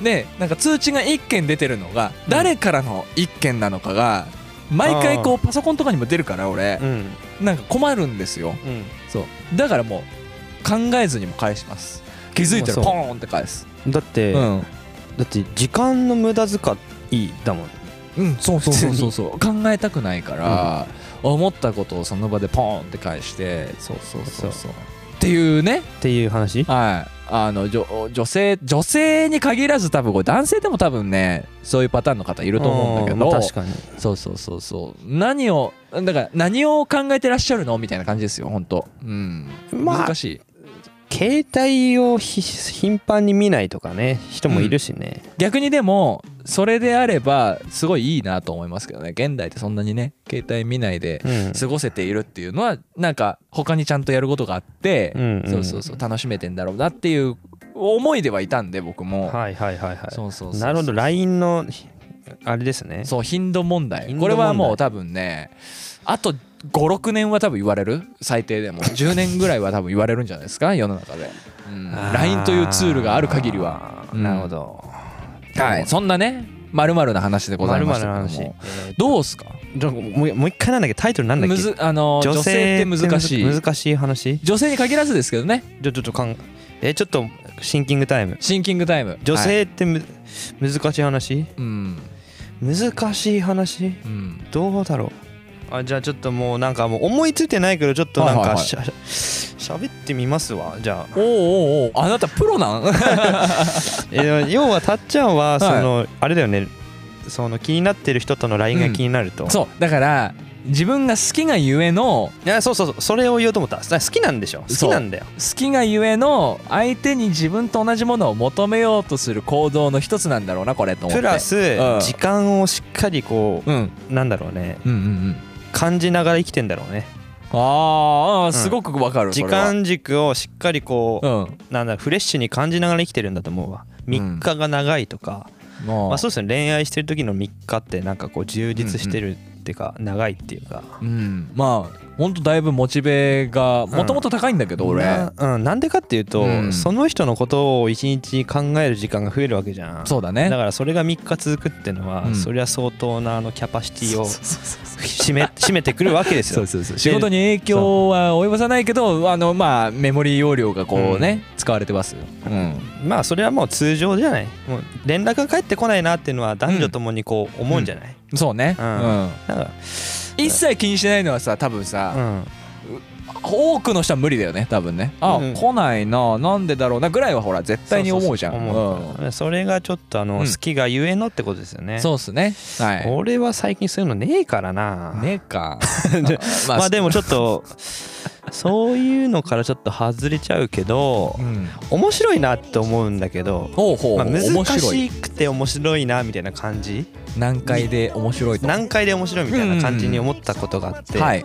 [SPEAKER 3] うでなんか通知が1件出てるのが誰からの1件なのかが毎回こうパソコンとかにも出るから俺
[SPEAKER 4] うん
[SPEAKER 3] なんか困るんですよ
[SPEAKER 4] うん
[SPEAKER 3] そうだからもう考えずにも返します気づいたら
[SPEAKER 4] そう
[SPEAKER 3] ポーンって返す
[SPEAKER 4] だって、
[SPEAKER 3] うん
[SPEAKER 4] だって時間の無駄遣いだもん
[SPEAKER 3] うんそうそうそうそう
[SPEAKER 4] 普
[SPEAKER 3] そう考えたくないから、思ったことをその場でポーンって返してそうそうそうそうっていうね
[SPEAKER 4] っていう話
[SPEAKER 3] はいあの女女性女性に限らず多分これ男性でも多分ねそういうパターンの方いると思うんだけど
[SPEAKER 4] まあ確かに
[SPEAKER 3] そうそうそうそう何をだから何を考えてらっしゃるのみたいな感じですよ本当うん、
[SPEAKER 4] まあ
[SPEAKER 3] 難しい
[SPEAKER 4] 携帯をひ頻繁に見ないとかね人もいるしね、
[SPEAKER 3] 逆にでもそれであればすごいいいなと思いますけどね現代ってそんなにね携帯見ないで
[SPEAKER 4] うん
[SPEAKER 3] 過ごせているっていうのはなんか他にちゃんとやることがあって、
[SPEAKER 4] うんうん
[SPEAKER 3] そうそうそう楽しめてんだろうなっていう思いではいたんで僕も、
[SPEAKER 4] はいはいはいはい
[SPEAKER 3] そうそうそうそう
[SPEAKER 4] なるほど LINE のあれですね
[SPEAKER 3] そう頻度問題
[SPEAKER 4] 頻度問題
[SPEAKER 3] これはもう多分ねあと56年は多分言われる最低でも10年ぐらいは多分言われるんじゃないですか世の中で、うん、
[SPEAKER 4] あー
[SPEAKER 3] LINE というツールがある限りはうん
[SPEAKER 4] なるほど
[SPEAKER 3] はいそんなねまるまるな話でございましたけども
[SPEAKER 4] 〇〇の
[SPEAKER 3] どうっすか
[SPEAKER 4] じゃあもうもう一回なんだっけタイトルなんだっけ
[SPEAKER 3] むずあの女性って難しい
[SPEAKER 4] むず難しい話
[SPEAKER 3] 女性に限らずですけどね
[SPEAKER 4] じゃあちょっとかんえちょっとシンキングタイム
[SPEAKER 3] シンキングタイム
[SPEAKER 4] 女
[SPEAKER 3] はい
[SPEAKER 4] 性ってむ、難しい話
[SPEAKER 3] うん
[SPEAKER 4] 難しい話
[SPEAKER 3] うん
[SPEAKER 4] どうだろうあじゃあちょっともうなんかもう思いついてないけどちょっとなん
[SPEAKER 3] はいはい
[SPEAKER 4] か
[SPEAKER 3] はい
[SPEAKER 4] しゃしゃべってみますわじゃあ
[SPEAKER 3] おうおうおうあなたプロなん (laughs)
[SPEAKER 4] えー要はたっちゃんは
[SPEAKER 3] い
[SPEAKER 4] その、あれだよねその気になってる人との LINE が気になると、
[SPEAKER 3] そうだから自分が好きがゆえの
[SPEAKER 4] いやそうそうそうそれを言おうと思ったさ好きなんでしょ好きなんだよ
[SPEAKER 3] 好きがゆえの相手に自分と同じものを求めようとする行動の一つなんだろうなこれと思って
[SPEAKER 4] プラス、
[SPEAKER 3] ん
[SPEAKER 4] 時間をしっかりこ
[SPEAKER 3] うん、うん
[SPEAKER 4] うなんだろうね
[SPEAKER 3] うんうん
[SPEAKER 4] 感じながら生きてんだろうね
[SPEAKER 3] あーあーすごくわかる、
[SPEAKER 4] 時
[SPEAKER 3] それは
[SPEAKER 4] 間軸をしっかりこう、
[SPEAKER 3] うん
[SPEAKER 4] なんだろうフレッシュに感じながら生きてるんだと思うわ3日が長いとか、
[SPEAKER 3] も
[SPEAKER 4] まあそうですね恋愛してる時の3日ってなんかこう充実してるっていうか、長いっていうか
[SPEAKER 3] う、うん、まあほんとだいぶモチベがもともと高いんだけど、俺
[SPEAKER 4] なうん、なんでかっていうと、
[SPEAKER 3] うん
[SPEAKER 4] その人のことを一日考える時間が増えるわけじゃん
[SPEAKER 3] そうだね
[SPEAKER 4] だからそれが3日続くっていうのは、
[SPEAKER 3] うん
[SPEAKER 4] それは相当なあのキャパシティを
[SPEAKER 3] そうそうそうそう
[SPEAKER 4] 締め (laughs) 締めてくるわけですよ
[SPEAKER 3] 仕事に影響は及ばさないけどあのまあメモリー容量がこうね、使われてますよ、うん、
[SPEAKER 4] まあそれはもう通常じゃないもう連絡が返ってこないなっていうのは男女ともにこう思うんじゃない、
[SPEAKER 3] そうね、う
[SPEAKER 4] うんんだか
[SPEAKER 3] 一切気にしてないのはさ多分
[SPEAKER 4] ら、
[SPEAKER 3] さ、
[SPEAKER 4] うん、
[SPEAKER 3] 多くの人は無理だよね多分ねあ、
[SPEAKER 4] うん
[SPEAKER 3] 来ないななんでだろうなぐらいはほら絶対に思うじゃん
[SPEAKER 4] そうそ
[SPEAKER 3] ん
[SPEAKER 4] そ思うそれがちょっとあの、
[SPEAKER 3] うん
[SPEAKER 4] 好きがゆえのってことですよね
[SPEAKER 3] そうっすねは
[SPEAKER 4] 俺は最近そういうのねえからない
[SPEAKER 3] ねえ
[SPEAKER 4] (laughs)
[SPEAKER 3] かま
[SPEAKER 4] まあで
[SPEAKER 3] も
[SPEAKER 4] もちょっ
[SPEAKER 3] (laughs)
[SPEAKER 4] とそういうのからちょっと外れちゃうけど
[SPEAKER 3] うん
[SPEAKER 4] 面白いなって思うんだけど、
[SPEAKER 3] ほうほう、
[SPEAKER 4] まあ、
[SPEAKER 3] 面
[SPEAKER 4] 難
[SPEAKER 3] 白い
[SPEAKER 4] しくて面白いなみたいな感じ
[SPEAKER 3] 難解で面白いと
[SPEAKER 4] 難解で面白いみたいな感じに思ったことがあって、
[SPEAKER 3] はい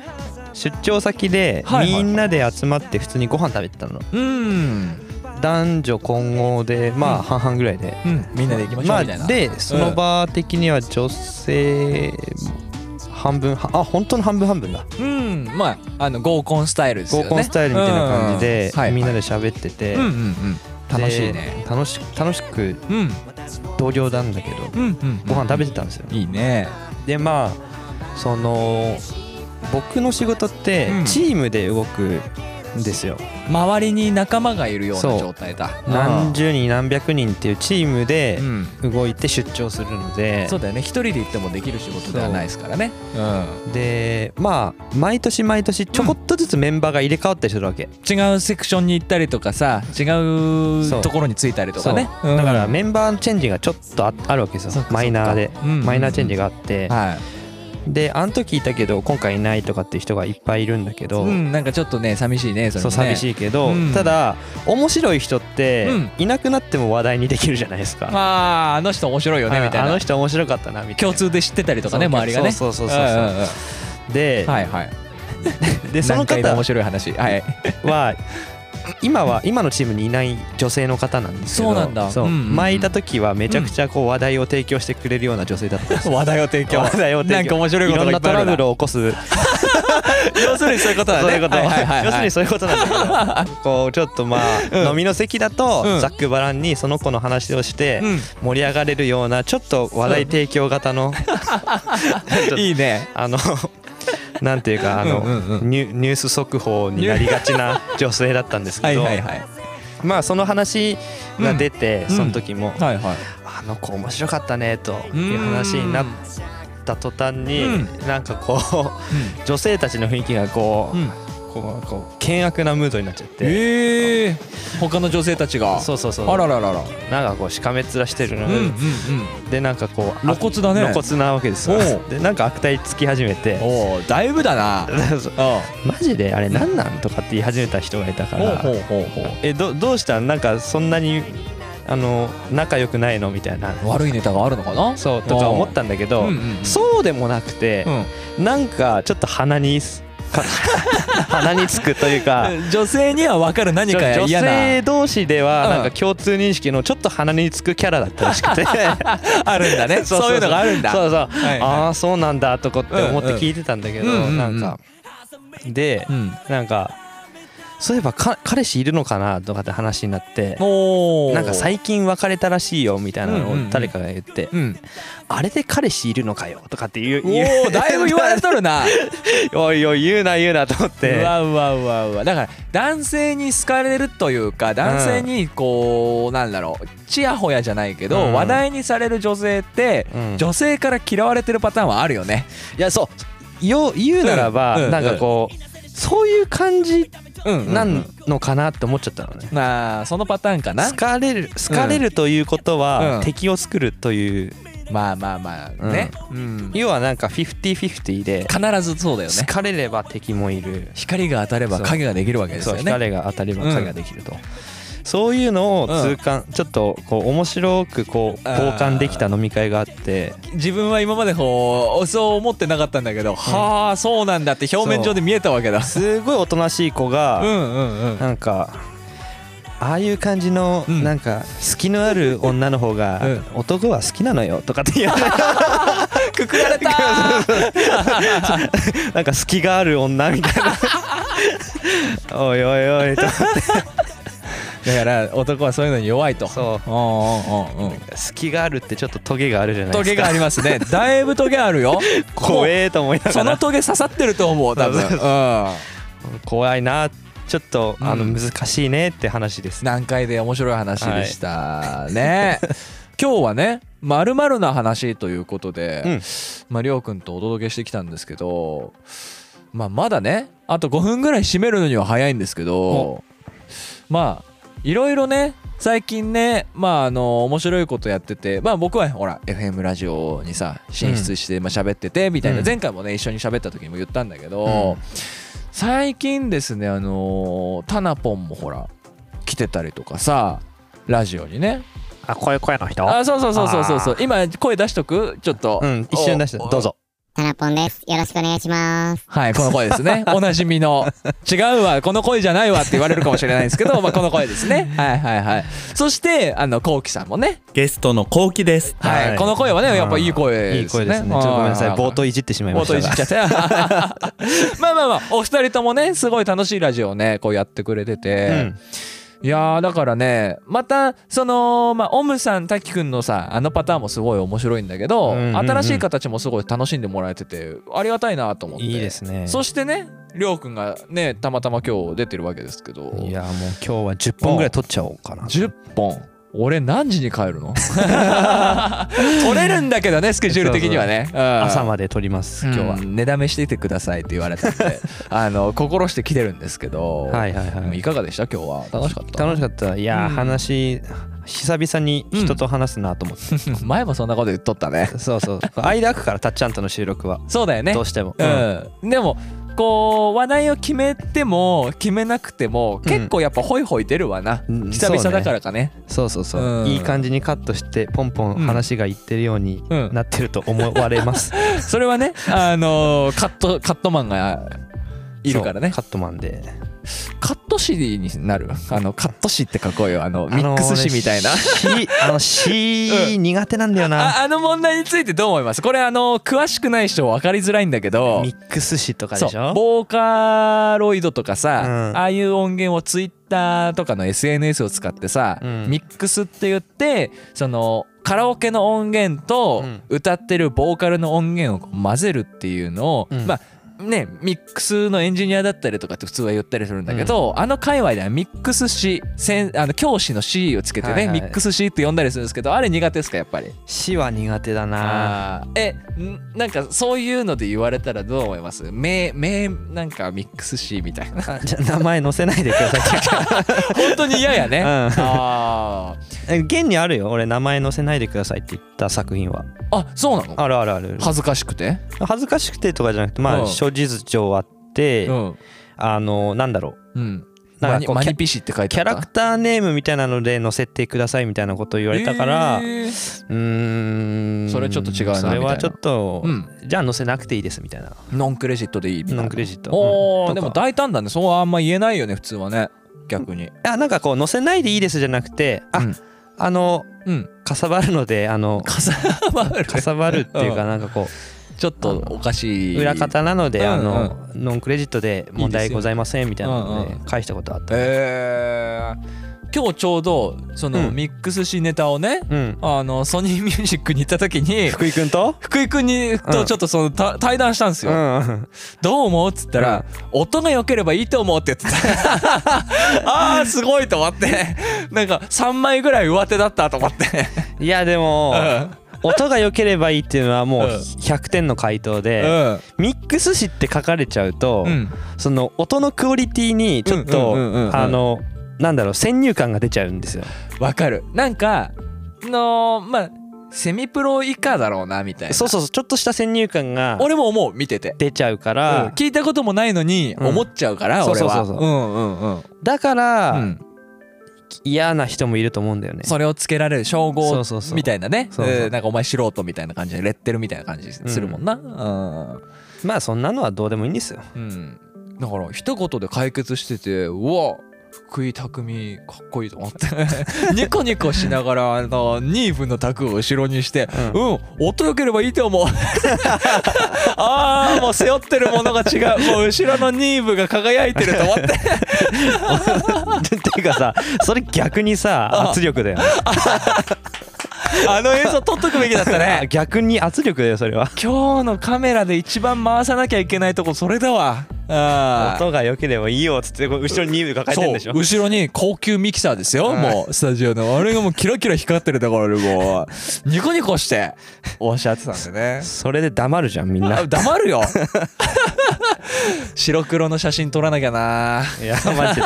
[SPEAKER 4] 出張先で
[SPEAKER 3] はいはい
[SPEAKER 4] みんなで集まって普通にご飯食べてたの
[SPEAKER 3] うん
[SPEAKER 4] 男女混合でまあ半々ぐらいで、
[SPEAKER 3] うんみんなで行きましょうみたいな、
[SPEAKER 4] あ、でその場的には女性半分はあ本当の半分半分だ
[SPEAKER 3] うんまああの合コンスタイルですよ
[SPEAKER 4] 合
[SPEAKER 3] ね
[SPEAKER 4] コンスタイルみたいな感じで、
[SPEAKER 3] うんはい
[SPEAKER 4] みんなで喋ってて、
[SPEAKER 3] うんうんうん楽しい
[SPEAKER 4] で
[SPEAKER 3] ね
[SPEAKER 4] 楽し楽しく
[SPEAKER 3] うん
[SPEAKER 4] 同僚なんだけど
[SPEAKER 3] うんうん
[SPEAKER 4] ご飯食べてたんですよ、
[SPEAKER 3] べいいね
[SPEAKER 4] でまあその僕の仕事って
[SPEAKER 3] うん
[SPEAKER 4] チームで動くんですよ、
[SPEAKER 3] 周りに仲間がいるよう
[SPEAKER 4] そ
[SPEAKER 3] な
[SPEAKER 4] う
[SPEAKER 3] 状態だ
[SPEAKER 4] 何十人何百人っていうチームで
[SPEAKER 3] うん
[SPEAKER 4] 動いて出張するので、
[SPEAKER 3] そうだよね一人で行ってもできる仕事ではないですからねう
[SPEAKER 4] でまあ毎年毎年ちょこっとずつメンバーが入れ替わったりするわけ、
[SPEAKER 3] ん違うセクションに行ったりとかさ違
[SPEAKER 4] そうう
[SPEAKER 3] ところに着いたりとかね
[SPEAKER 4] そうだから
[SPEAKER 3] うん
[SPEAKER 4] メンバーのチェンジがちょっとああるわけです
[SPEAKER 3] そっ
[SPEAKER 4] よ
[SPEAKER 3] か
[SPEAKER 4] マイナーで
[SPEAKER 3] そっかうんうんうん
[SPEAKER 4] マイナーチェンジがあって
[SPEAKER 3] はい
[SPEAKER 4] であの時いたけど今回いないとかっていう人がいっぱいいるんだけど、
[SPEAKER 3] うんなんかちょっとね寂しいねそれ
[SPEAKER 4] そう寂
[SPEAKER 3] い
[SPEAKER 4] しいけど、
[SPEAKER 3] うん
[SPEAKER 4] ただ面白い人って
[SPEAKER 3] うん
[SPEAKER 4] いなくなっても話題にできるじゃないですか、
[SPEAKER 3] あーあの人面白いよねみたい
[SPEAKER 4] ああ
[SPEAKER 3] な
[SPEAKER 4] の人面白かったなみたいな
[SPEAKER 3] 共通で知ってたりとかね
[SPEAKER 4] そう
[SPEAKER 3] 周りがね
[SPEAKER 4] そうそうそうそうそうん
[SPEAKER 3] んん
[SPEAKER 4] で,、
[SPEAKER 3] はいはい
[SPEAKER 4] でその
[SPEAKER 3] 何回
[SPEAKER 4] 方
[SPEAKER 3] も面白い話はい
[SPEAKER 4] は今は今のチームにいない女性の方なんですけど
[SPEAKER 3] そうなんだ
[SPEAKER 4] そう
[SPEAKER 3] うんうんうん
[SPEAKER 4] 前いた時はめちゃくちゃこう話題を提供してくれるような女性だったんですよ
[SPEAKER 3] 話題を提供
[SPEAKER 4] 話題を提供
[SPEAKER 3] なんか面白いことが
[SPEAKER 4] い
[SPEAKER 3] い
[SPEAKER 4] ろ
[SPEAKER 3] っ
[SPEAKER 4] ん
[SPEAKER 3] ぱ
[SPEAKER 4] ない
[SPEAKER 3] ある
[SPEAKER 4] トラ
[SPEAKER 3] な
[SPEAKER 4] ブルを起こす
[SPEAKER 3] 要するにそういうことだね
[SPEAKER 4] そういうこと、
[SPEAKER 3] はいはいはいはい
[SPEAKER 4] 要するにそういうことなんだけどこうちょっとまあ、飲みの席だと、
[SPEAKER 3] うん
[SPEAKER 4] ざっくばらんにその子の話をして、
[SPEAKER 3] うん
[SPEAKER 4] 盛り上がれるようなちょっと話題提供型の、ちょっと
[SPEAKER 3] いいね
[SPEAKER 4] (laughs) あのなんていうかあの、
[SPEAKER 3] うんうんう
[SPEAKER 4] ニュニュース速報になりがちな女性だったんです
[SPEAKER 3] は
[SPEAKER 4] け
[SPEAKER 3] い
[SPEAKER 4] ど
[SPEAKER 3] はいはい
[SPEAKER 4] まあその話が出て、
[SPEAKER 3] うん
[SPEAKER 4] その時も、
[SPEAKER 3] はいはい
[SPEAKER 4] あの子面白かったねという話になった途端に、
[SPEAKER 3] う
[SPEAKER 4] なんかこう女性たちの雰囲気がこう、
[SPEAKER 3] うん
[SPEAKER 4] こうこう険悪なムードになっちゃって、
[SPEAKER 3] ええ他の女性たちが
[SPEAKER 4] そうそうそう
[SPEAKER 3] あらららら
[SPEAKER 4] なんかこうしかめっ面してるの、
[SPEAKER 3] うんうんうん
[SPEAKER 4] でなんかこう
[SPEAKER 3] 露骨だね
[SPEAKER 4] 露骨なわけですよ
[SPEAKER 3] おう
[SPEAKER 4] でなんか悪態つき始めて
[SPEAKER 3] おおだいぶだな
[SPEAKER 4] (laughs) マジであれ何なんとかって言い始めた人がいたか
[SPEAKER 3] ほう
[SPEAKER 4] ら
[SPEAKER 3] ほうほうほう
[SPEAKER 4] えどどうしたんなんかそんなにあの仲良くないのみたいな
[SPEAKER 3] 悪いネタがあるのかな
[SPEAKER 4] そうとか思ったんだけど、
[SPEAKER 3] うんうんうん
[SPEAKER 4] そうでもなくて、なんかちょっと鼻にすか (laughs) 鼻につくというか
[SPEAKER 3] うん女性には分かる (laughs) 何
[SPEAKER 4] 女
[SPEAKER 3] か
[SPEAKER 4] 女
[SPEAKER 3] 嫌な
[SPEAKER 4] 性同士では
[SPEAKER 3] うん
[SPEAKER 4] なんか共通認識のちょっと鼻につくキャラだったらし
[SPEAKER 3] (laughs)
[SPEAKER 4] くて
[SPEAKER 3] あるんだねそういうのがあるんだ
[SPEAKER 4] そうそう、
[SPEAKER 3] はいはい
[SPEAKER 4] ああそうなんだとかって思って聞いてたんだけど、
[SPEAKER 3] うんうんうんうん
[SPEAKER 4] なんかで、
[SPEAKER 3] うん
[SPEAKER 4] なんかそういえばか彼氏いるのかなとかって話になって
[SPEAKER 3] おお
[SPEAKER 4] なんか最近別れたらしいよみたいなの
[SPEAKER 3] うんうんう
[SPEAKER 4] を
[SPEAKER 3] ん
[SPEAKER 4] 誰かが言って、
[SPEAKER 3] うん
[SPEAKER 4] あれで彼氏いるのかよとかって言う
[SPEAKER 3] お
[SPEAKER 4] 言う
[SPEAKER 3] おだいぶ言われとる (laughs) な
[SPEAKER 4] (laughs) おいおい言うな言うなと思って
[SPEAKER 3] うわうわうわうわだから男性に好かれるというか男性にこうなんだろうちやほやじゃないけ
[SPEAKER 4] う
[SPEAKER 3] ど
[SPEAKER 4] ん
[SPEAKER 3] 話題にされる女性って
[SPEAKER 4] うん
[SPEAKER 3] 女性から嫌われてるパターンはあるよね
[SPEAKER 4] いやそうよう言うならば、
[SPEAKER 3] うんうん
[SPEAKER 4] なんかこうそういう感じ
[SPEAKER 3] うんな
[SPEAKER 4] な
[SPEAKER 3] ん
[SPEAKER 4] んのかなって思っちゃったのね、
[SPEAKER 3] まあそのパターンかな
[SPEAKER 4] 好かれる好かれるということは、
[SPEAKER 3] うん
[SPEAKER 4] 敵を作るという
[SPEAKER 3] まあまあまあねうん
[SPEAKER 4] 要はなんか50-50で
[SPEAKER 3] 必ずそうだよ
[SPEAKER 4] 好
[SPEAKER 3] ね
[SPEAKER 4] かれれば敵もいる
[SPEAKER 3] 光が当たれば影ができるわけです
[SPEAKER 4] そ
[SPEAKER 3] よ
[SPEAKER 4] う
[SPEAKER 3] ね
[SPEAKER 4] 光が当たれば影ができると、そういうのを痛感、ちょっとこう面白くこう
[SPEAKER 3] あー
[SPEAKER 4] 傍観できた飲み会があって
[SPEAKER 3] 自分は今までこうそう思ってなかったんだけどはあそうなんだって表面上で見えたわけだ
[SPEAKER 4] すごいおとなしい子が、
[SPEAKER 3] うんうんうん
[SPEAKER 4] なんかああいう感じの、
[SPEAKER 3] うん
[SPEAKER 4] なんか隙のある女の方が、
[SPEAKER 3] うん
[SPEAKER 4] 男は好きなのよとかって言われて
[SPEAKER 3] (laughs) くくられた
[SPEAKER 4] (laughs) なんか隙がある女みたいな (laughs) おいおいおいと
[SPEAKER 3] だから男はそういうのに弱いと
[SPEAKER 4] そ
[SPEAKER 3] うんうんうんうん
[SPEAKER 4] 隙があるってちょっとトゲがあるじゃない
[SPEAKER 3] ト
[SPEAKER 4] です
[SPEAKER 3] ゲが
[SPEAKER 4] か
[SPEAKER 3] ありますね (laughs) だいぶトゲあるよ
[SPEAKER 4] 怖えと思いな
[SPEAKER 3] そ
[SPEAKER 4] が
[SPEAKER 3] の
[SPEAKER 4] ら
[SPEAKER 3] トゲ刺さってると思う多分
[SPEAKER 4] そうそう
[SPEAKER 3] う
[SPEAKER 4] 怖いなちょっと、あの
[SPEAKER 3] うん
[SPEAKER 4] 難しいねって話です
[SPEAKER 3] ん難解で面白い話でしたね今日はねまるまるな話ということで、
[SPEAKER 4] うん
[SPEAKER 3] まあ、りょうくんとお届けしてきたんですけど、まあ、まだねあと5分ぐらい締めるのには早いんですけどまあいろいろね最近ねまああの面白いことやっててまあ僕はほら FM ラジオにさ進出してまあ喋っててみたいな、
[SPEAKER 4] うん
[SPEAKER 3] 前回もね一緒に喋った時にも言ったんだけど、
[SPEAKER 4] うん
[SPEAKER 3] 最近ですねあのタナポンもほら来てたりとかさラジオにね
[SPEAKER 4] あこういう声の人
[SPEAKER 3] あそうそうそうそうそうそう
[SPEAKER 4] あ
[SPEAKER 3] 今声出しとくちょっと、
[SPEAKER 4] うん一瞬出して
[SPEAKER 3] お
[SPEAKER 4] どうぞ
[SPEAKER 5] タナポンです。よろしくお願いします。
[SPEAKER 3] はい、この声です
[SPEAKER 4] (laughs)
[SPEAKER 3] ね。おなじみの。違うわ、この声じゃないわって言われるかもしれないんですけ
[SPEAKER 4] (laughs)
[SPEAKER 3] ど、まあ、この声ですね。はいはいはい。そして、あの、こうきさんもね。
[SPEAKER 6] ゲストのこうきです。
[SPEAKER 3] はい、
[SPEAKER 4] はい
[SPEAKER 3] この声はね、やっぱいい声
[SPEAKER 4] い
[SPEAKER 3] で
[SPEAKER 4] い
[SPEAKER 3] すね。
[SPEAKER 4] 声ですねちょっとごめんなさい
[SPEAKER 3] は
[SPEAKER 4] 冒頭いじってしまいま
[SPEAKER 3] 冒
[SPEAKER 4] した
[SPEAKER 3] 頭い
[SPEAKER 4] が
[SPEAKER 3] じっちゃって
[SPEAKER 4] (laughs)
[SPEAKER 3] まあまあまあお二人ともねすごい楽しいラジオをねこうやってくれてて、いやーだからねまたそのまあオムさん滝くんのさあのパターンもすごい面白いんだけど、
[SPEAKER 4] うんうんうん
[SPEAKER 3] 新しい形もすごい楽しんでもらえててありがたいなと思って
[SPEAKER 4] いいですね
[SPEAKER 3] そしてねりょうくんがねたまたま今日出てるわけですけど
[SPEAKER 4] いやもう今日は10本ぐらい取っちゃおうかな
[SPEAKER 3] 10本俺何時に帰る
[SPEAKER 4] (laughs)
[SPEAKER 3] の取れるんだけどねスケジュール的にはねうん
[SPEAKER 4] 朝まで取ります今日は、
[SPEAKER 3] うん、寝だめしていてくださいって言われたん
[SPEAKER 4] (laughs)
[SPEAKER 3] であの心して来てるんですけど、
[SPEAKER 4] はいはいはい
[SPEAKER 3] いかがでした今日は楽しかった
[SPEAKER 4] 楽しかったいやー、
[SPEAKER 3] うん
[SPEAKER 4] 話久々に人と話すなと思って、
[SPEAKER 3] 前もそんなこと言っとったね
[SPEAKER 4] (laughs) そうそう (laughs) 間空くからたっちゃんとの収録は、
[SPEAKER 3] そうだよね
[SPEAKER 4] どうしても、
[SPEAKER 3] うんでもこう話題を決めても決めなくても
[SPEAKER 4] うん
[SPEAKER 3] 結構やっぱホイホイ出るわな、
[SPEAKER 4] うん
[SPEAKER 3] 久々だからかね
[SPEAKER 4] そうそうそう、
[SPEAKER 3] うん
[SPEAKER 4] いい感じにカットしてポンポン話がいってるように
[SPEAKER 3] うん
[SPEAKER 4] なってると思われ (laughs) ます、
[SPEAKER 3] それはねあのーカットカットマンがいるからね
[SPEAKER 4] そうカットマンで
[SPEAKER 3] カットシーになるあのカットシーってかっこいいよあの
[SPEAKER 4] あの
[SPEAKER 3] ミックスシーみたいな、
[SPEAKER 4] ね C あの C 苦手なんだよな
[SPEAKER 3] ああの問題についてどう思いますこれあの詳しくない人分かりづらいんだけど
[SPEAKER 4] ミックス詞とか
[SPEAKER 3] そ
[SPEAKER 4] で
[SPEAKER 3] う
[SPEAKER 4] しょ
[SPEAKER 3] ボーカロイドとかさ、
[SPEAKER 4] うん
[SPEAKER 3] ああいう音源をツイッターとかの SNS を使ってさ、
[SPEAKER 4] うん
[SPEAKER 3] ミックスって言ってそのカラオケの音源と
[SPEAKER 4] うん
[SPEAKER 3] 歌ってるボーカルの音源を混ぜるっていうのを、
[SPEAKER 4] うん
[SPEAKER 3] まあねミックスのエンジニアだったりとかって普通は言ったりするんだけど、あの界隈ではミックス詞せんあの教師の C をつけてね、
[SPEAKER 4] はいはい
[SPEAKER 3] ミックス C って呼んだりするんですけどあれ苦手ですかやっぱり。
[SPEAKER 4] 詞は苦手だな
[SPEAKER 3] あーえんなんかそういうので言われたらどう思います名名なんかミックスシーみたいな
[SPEAKER 4] あじゃあ名前載せないでくださ
[SPEAKER 3] (laughs) 本当に嫌やね、
[SPEAKER 4] うん
[SPEAKER 3] あ
[SPEAKER 4] い (laughs) え現にあるよ俺名前載せないでくださいって言った作品は
[SPEAKER 3] ーあそうなの
[SPEAKER 4] あるあるある
[SPEAKER 3] 恥ずかしくて、
[SPEAKER 4] 恥ずかしくてとかじゃなくてま
[SPEAKER 3] うん
[SPEAKER 4] あ諸事情あって、
[SPEAKER 3] うん
[SPEAKER 4] あのなんだろう
[SPEAKER 3] うん、マ
[SPEAKER 4] なんか
[SPEAKER 3] ニ
[SPEAKER 4] こう
[SPEAKER 3] マ
[SPEAKER 4] キャ
[SPEAKER 3] ニピシって書いて
[SPEAKER 4] キ
[SPEAKER 3] あ
[SPEAKER 4] ャ
[SPEAKER 3] った
[SPEAKER 4] ラクターネームみたいなので載せてくださいみたいなことを言われたから、
[SPEAKER 3] えー
[SPEAKER 4] うーん
[SPEAKER 3] それちょっと違うな
[SPEAKER 4] それは
[SPEAKER 3] みた
[SPEAKER 4] ち
[SPEAKER 3] い
[SPEAKER 4] ょ
[SPEAKER 3] な
[SPEAKER 4] っと、
[SPEAKER 3] うん
[SPEAKER 4] じゃあ載せなくていいですみたいな
[SPEAKER 3] ノンクレジットでいいみたいな
[SPEAKER 4] ノンクレジット
[SPEAKER 3] おー
[SPEAKER 4] うん
[SPEAKER 3] で
[SPEAKER 4] とか
[SPEAKER 3] も大胆だねそうはあんま言えないよね普通はね逆に
[SPEAKER 4] あなんかこう載せないでいいですじゃなくてあ、
[SPEAKER 3] うん
[SPEAKER 4] あの
[SPEAKER 3] うん
[SPEAKER 4] かさばるのであの
[SPEAKER 3] かさばる
[SPEAKER 4] かさばるっていうか
[SPEAKER 3] ん
[SPEAKER 4] なんかこ
[SPEAKER 3] ちょっとおかし
[SPEAKER 4] う
[SPEAKER 3] い
[SPEAKER 4] 裏方なの
[SPEAKER 3] うん
[SPEAKER 4] であのノンクレジットで問題ございませんみたいなの
[SPEAKER 3] うん
[SPEAKER 4] で
[SPEAKER 3] う
[SPEAKER 4] 返したことあった
[SPEAKER 3] えー、今日ちょうどその
[SPEAKER 4] うん
[SPEAKER 3] ミックスシーネタをね、
[SPEAKER 4] うん
[SPEAKER 3] あのソニーミュージックに行った時に
[SPEAKER 4] 福井くんと
[SPEAKER 3] 福井君にとちょっとそのた対談したんです
[SPEAKER 4] う
[SPEAKER 3] よ、
[SPEAKER 4] ん
[SPEAKER 3] どう思うっつったら、音が良ければいいと思うって言って
[SPEAKER 4] (laughs)
[SPEAKER 3] たあーすごいと思ってなんか3枚ぐらい上手だったと思って
[SPEAKER 4] いやでも音が良ければいいっていうのはもう
[SPEAKER 3] うん
[SPEAKER 4] 100点の回答
[SPEAKER 3] う
[SPEAKER 4] で、
[SPEAKER 3] ん
[SPEAKER 4] ミックス詞って書かれちゃうと、
[SPEAKER 3] うん
[SPEAKER 4] その音のクオリティにちょっと、
[SPEAKER 3] うんうんうんうん
[SPEAKER 4] あのなんだろう先入観が出ちゃうんですよ。
[SPEAKER 3] わかるなんかのまあセミプロ以下だろうなみたいな
[SPEAKER 4] そうそうそうちょっとした先入観が
[SPEAKER 3] 俺も思う見てて、
[SPEAKER 4] 出ちゃうか
[SPEAKER 3] うん
[SPEAKER 4] ら、
[SPEAKER 3] 聞いたこともないのに
[SPEAKER 4] うん
[SPEAKER 3] 思っちゃうから、
[SPEAKER 4] そう
[SPEAKER 3] 俺
[SPEAKER 4] そう
[SPEAKER 3] は
[SPEAKER 4] そうそう
[SPEAKER 3] うんうんうん
[SPEAKER 4] だから、
[SPEAKER 3] うん
[SPEAKER 4] 嫌な人もいると思うんだよね。
[SPEAKER 3] それをつけられる称号
[SPEAKER 4] そうそうそう
[SPEAKER 3] みたいなね
[SPEAKER 4] そうそう
[SPEAKER 3] えーなんかお前素人みたいな感じでレッテルみたいな感じするもんな
[SPEAKER 4] まあそんなのはどうでもいいんですよ。
[SPEAKER 3] うん、うんだから一言で解決しててうわ福井匠かっこいいと思って (laughs) ニコニコしながらあのニーブの卓を後ろにして「う、
[SPEAKER 4] うん
[SPEAKER 3] 音良ければいいと思う」 (laughs) ああもう背負ってるものが違うもう後ろのニーブが輝いてると思って
[SPEAKER 4] (laughs) (laughs) っていうかさそれ逆に
[SPEAKER 3] あ
[SPEAKER 4] さ圧力だよね。
[SPEAKER 3] あの映像撮っとくべきだったね
[SPEAKER 4] 逆に圧力だよそれは。
[SPEAKER 3] 今日のカメラで一番回さなきゃいけないとこそれだわあー
[SPEAKER 4] 音が良ければいいよっつってこう後ろにニーブ抱えてんでし
[SPEAKER 3] そ
[SPEAKER 4] ょ
[SPEAKER 3] う。後ろに高級ミキサーですよ、
[SPEAKER 4] うん
[SPEAKER 3] もうスタジオのあれがもうキラキラ光ってるところでもうニコニコしておっしゃってたんでね
[SPEAKER 4] それで黙るじゃんみんな
[SPEAKER 3] あ。黙るよ白黒の写真撮らなきゃない
[SPEAKER 4] やマジ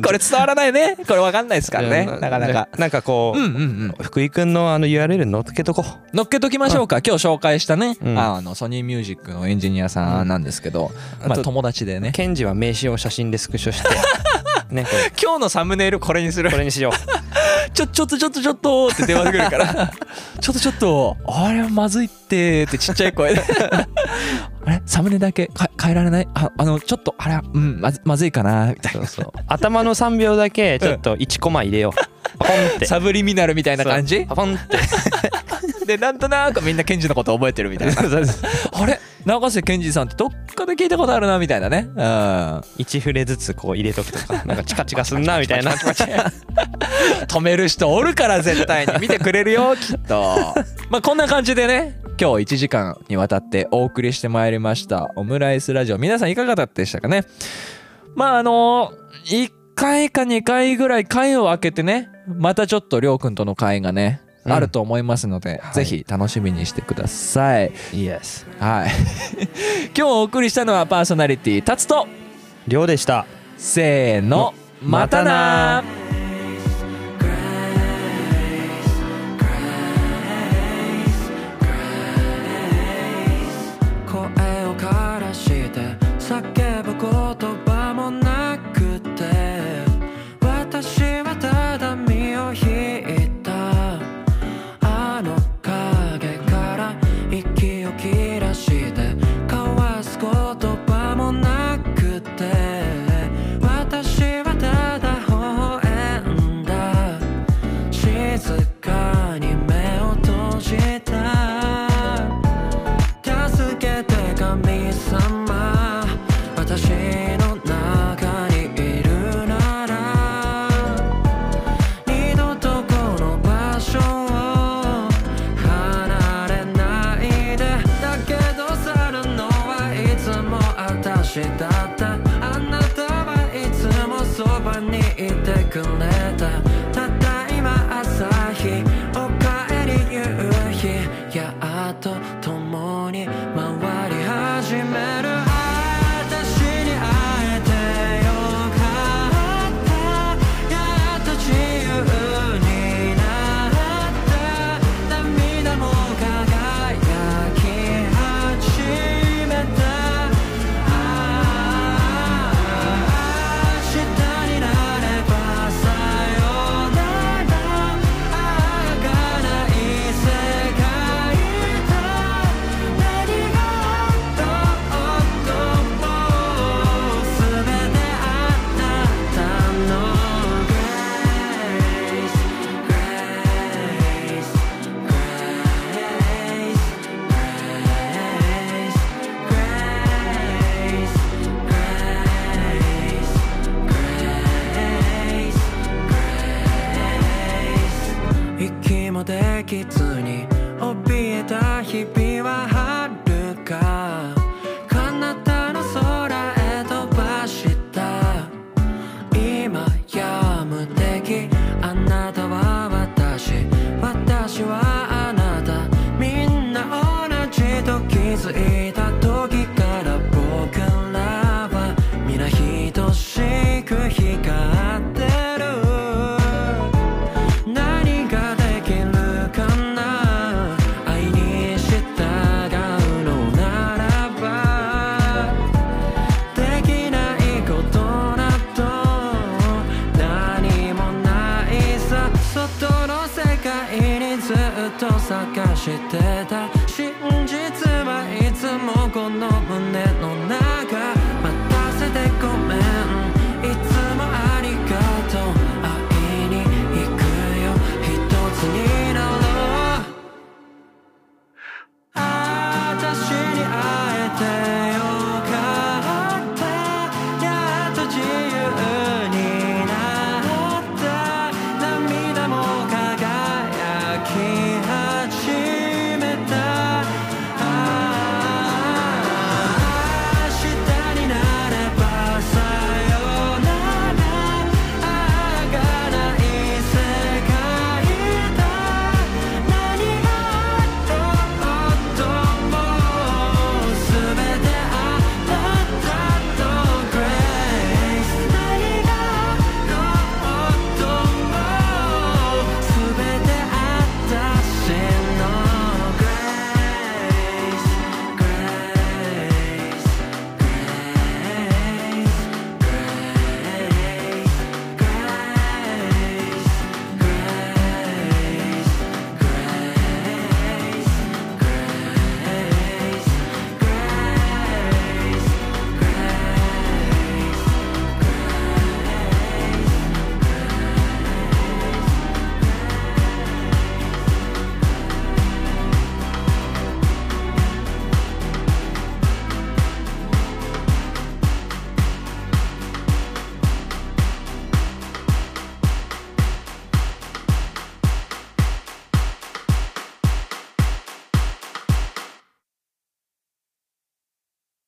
[SPEAKER 3] (laughs) これ伝わらないねこれわかんないですからね
[SPEAKER 4] うん
[SPEAKER 3] なかなか。
[SPEAKER 4] (laughs) なんかこう、
[SPEAKER 3] うんうんうん
[SPEAKER 4] 福井くんのあの URL 乗っけとこ
[SPEAKER 3] 乗っけときましょうか今日紹介したね、
[SPEAKER 4] うん
[SPEAKER 3] あのソニーミュージックのエンジニアさんなんですけど、ま
[SPEAKER 4] あ
[SPEAKER 3] あ
[SPEAKER 4] と
[SPEAKER 3] 友達で
[SPEAKER 4] う。
[SPEAKER 3] ね
[SPEAKER 4] ケンジは名刺を写真でスクショして、 (laughs) ね、これ
[SPEAKER 3] 今日のサムネイルこれにする
[SPEAKER 4] これにしよ
[SPEAKER 3] ちょ、ちょっとちょっとちょっとって電話で来るから、 (laughs) ちょっとちょっと、あれまずいってってちっちゃい声で。 (laughs) あれサムネだけか変えられないああの、ちょっと、あれ、うん、まずまずいかな、みた
[SPEAKER 4] う。
[SPEAKER 3] い
[SPEAKER 4] そ
[SPEAKER 3] な
[SPEAKER 4] う。そう。頭の3秒だけちょっと1コマ入れよ (laughs) う。ポンって。
[SPEAKER 3] サブリミナルみたいな感じ
[SPEAKER 4] そうポンって。
[SPEAKER 3] で、なんとなくみんなケンジのこと覚えてるみ (laughs) たいな。あれ長瀬健二さんってどっかで聞いたことあるな、みたいなね。うん。
[SPEAKER 4] 1フレずつこう入れとくとか、なんかチカチカすんなみたいな。
[SPEAKER 3] 止める人おるから絶対に見てくれるよきっと (laughs) まあこんな感じでね今日1時間にわたってお送りしてまいりましたオムライスラジオ皆さんいかがだったでしたかねまああの1回か2回ぐらい回を開けてねまたちょっとりょうくんとの会がね、
[SPEAKER 4] うん
[SPEAKER 3] あると思いますので、
[SPEAKER 4] はい
[SPEAKER 3] ぜひ楽しみにしてください
[SPEAKER 4] イエス。
[SPEAKER 3] はい (laughs) 今日お送りしたのはパーソナリティタツと
[SPEAKER 4] りょうでした。
[SPEAKER 3] せーのま
[SPEAKER 4] ま
[SPEAKER 3] た
[SPEAKER 4] た
[SPEAKER 3] な
[SPEAKER 4] な
[SPEAKER 6] 声を枯らして叫ぶ言葉もなくて私はただ身を引いたあの影から息を切らして交わす言葉もなくてだったあなたはいつもそばにいてくれたただいま朝日おかえり夕日やっと共に回り始める私に会えてよかったやっと自由になった涙も輝き始めたああ明日になればさよならああがない世界だ何があったも全てあなたの Grace Grace Grace Grace Grace Grace Grace 息もできずに怯えた日々は遥か彼方の空へ飛ばした今や無敵あなたは私私はあなたみんな同じと気づいた時から僕らは皆等しく光ってる何ができるかな愛に従うのならばできないことなど何もないさ外の世界にずっと探してた真実はいつもこの胸の中 Ah,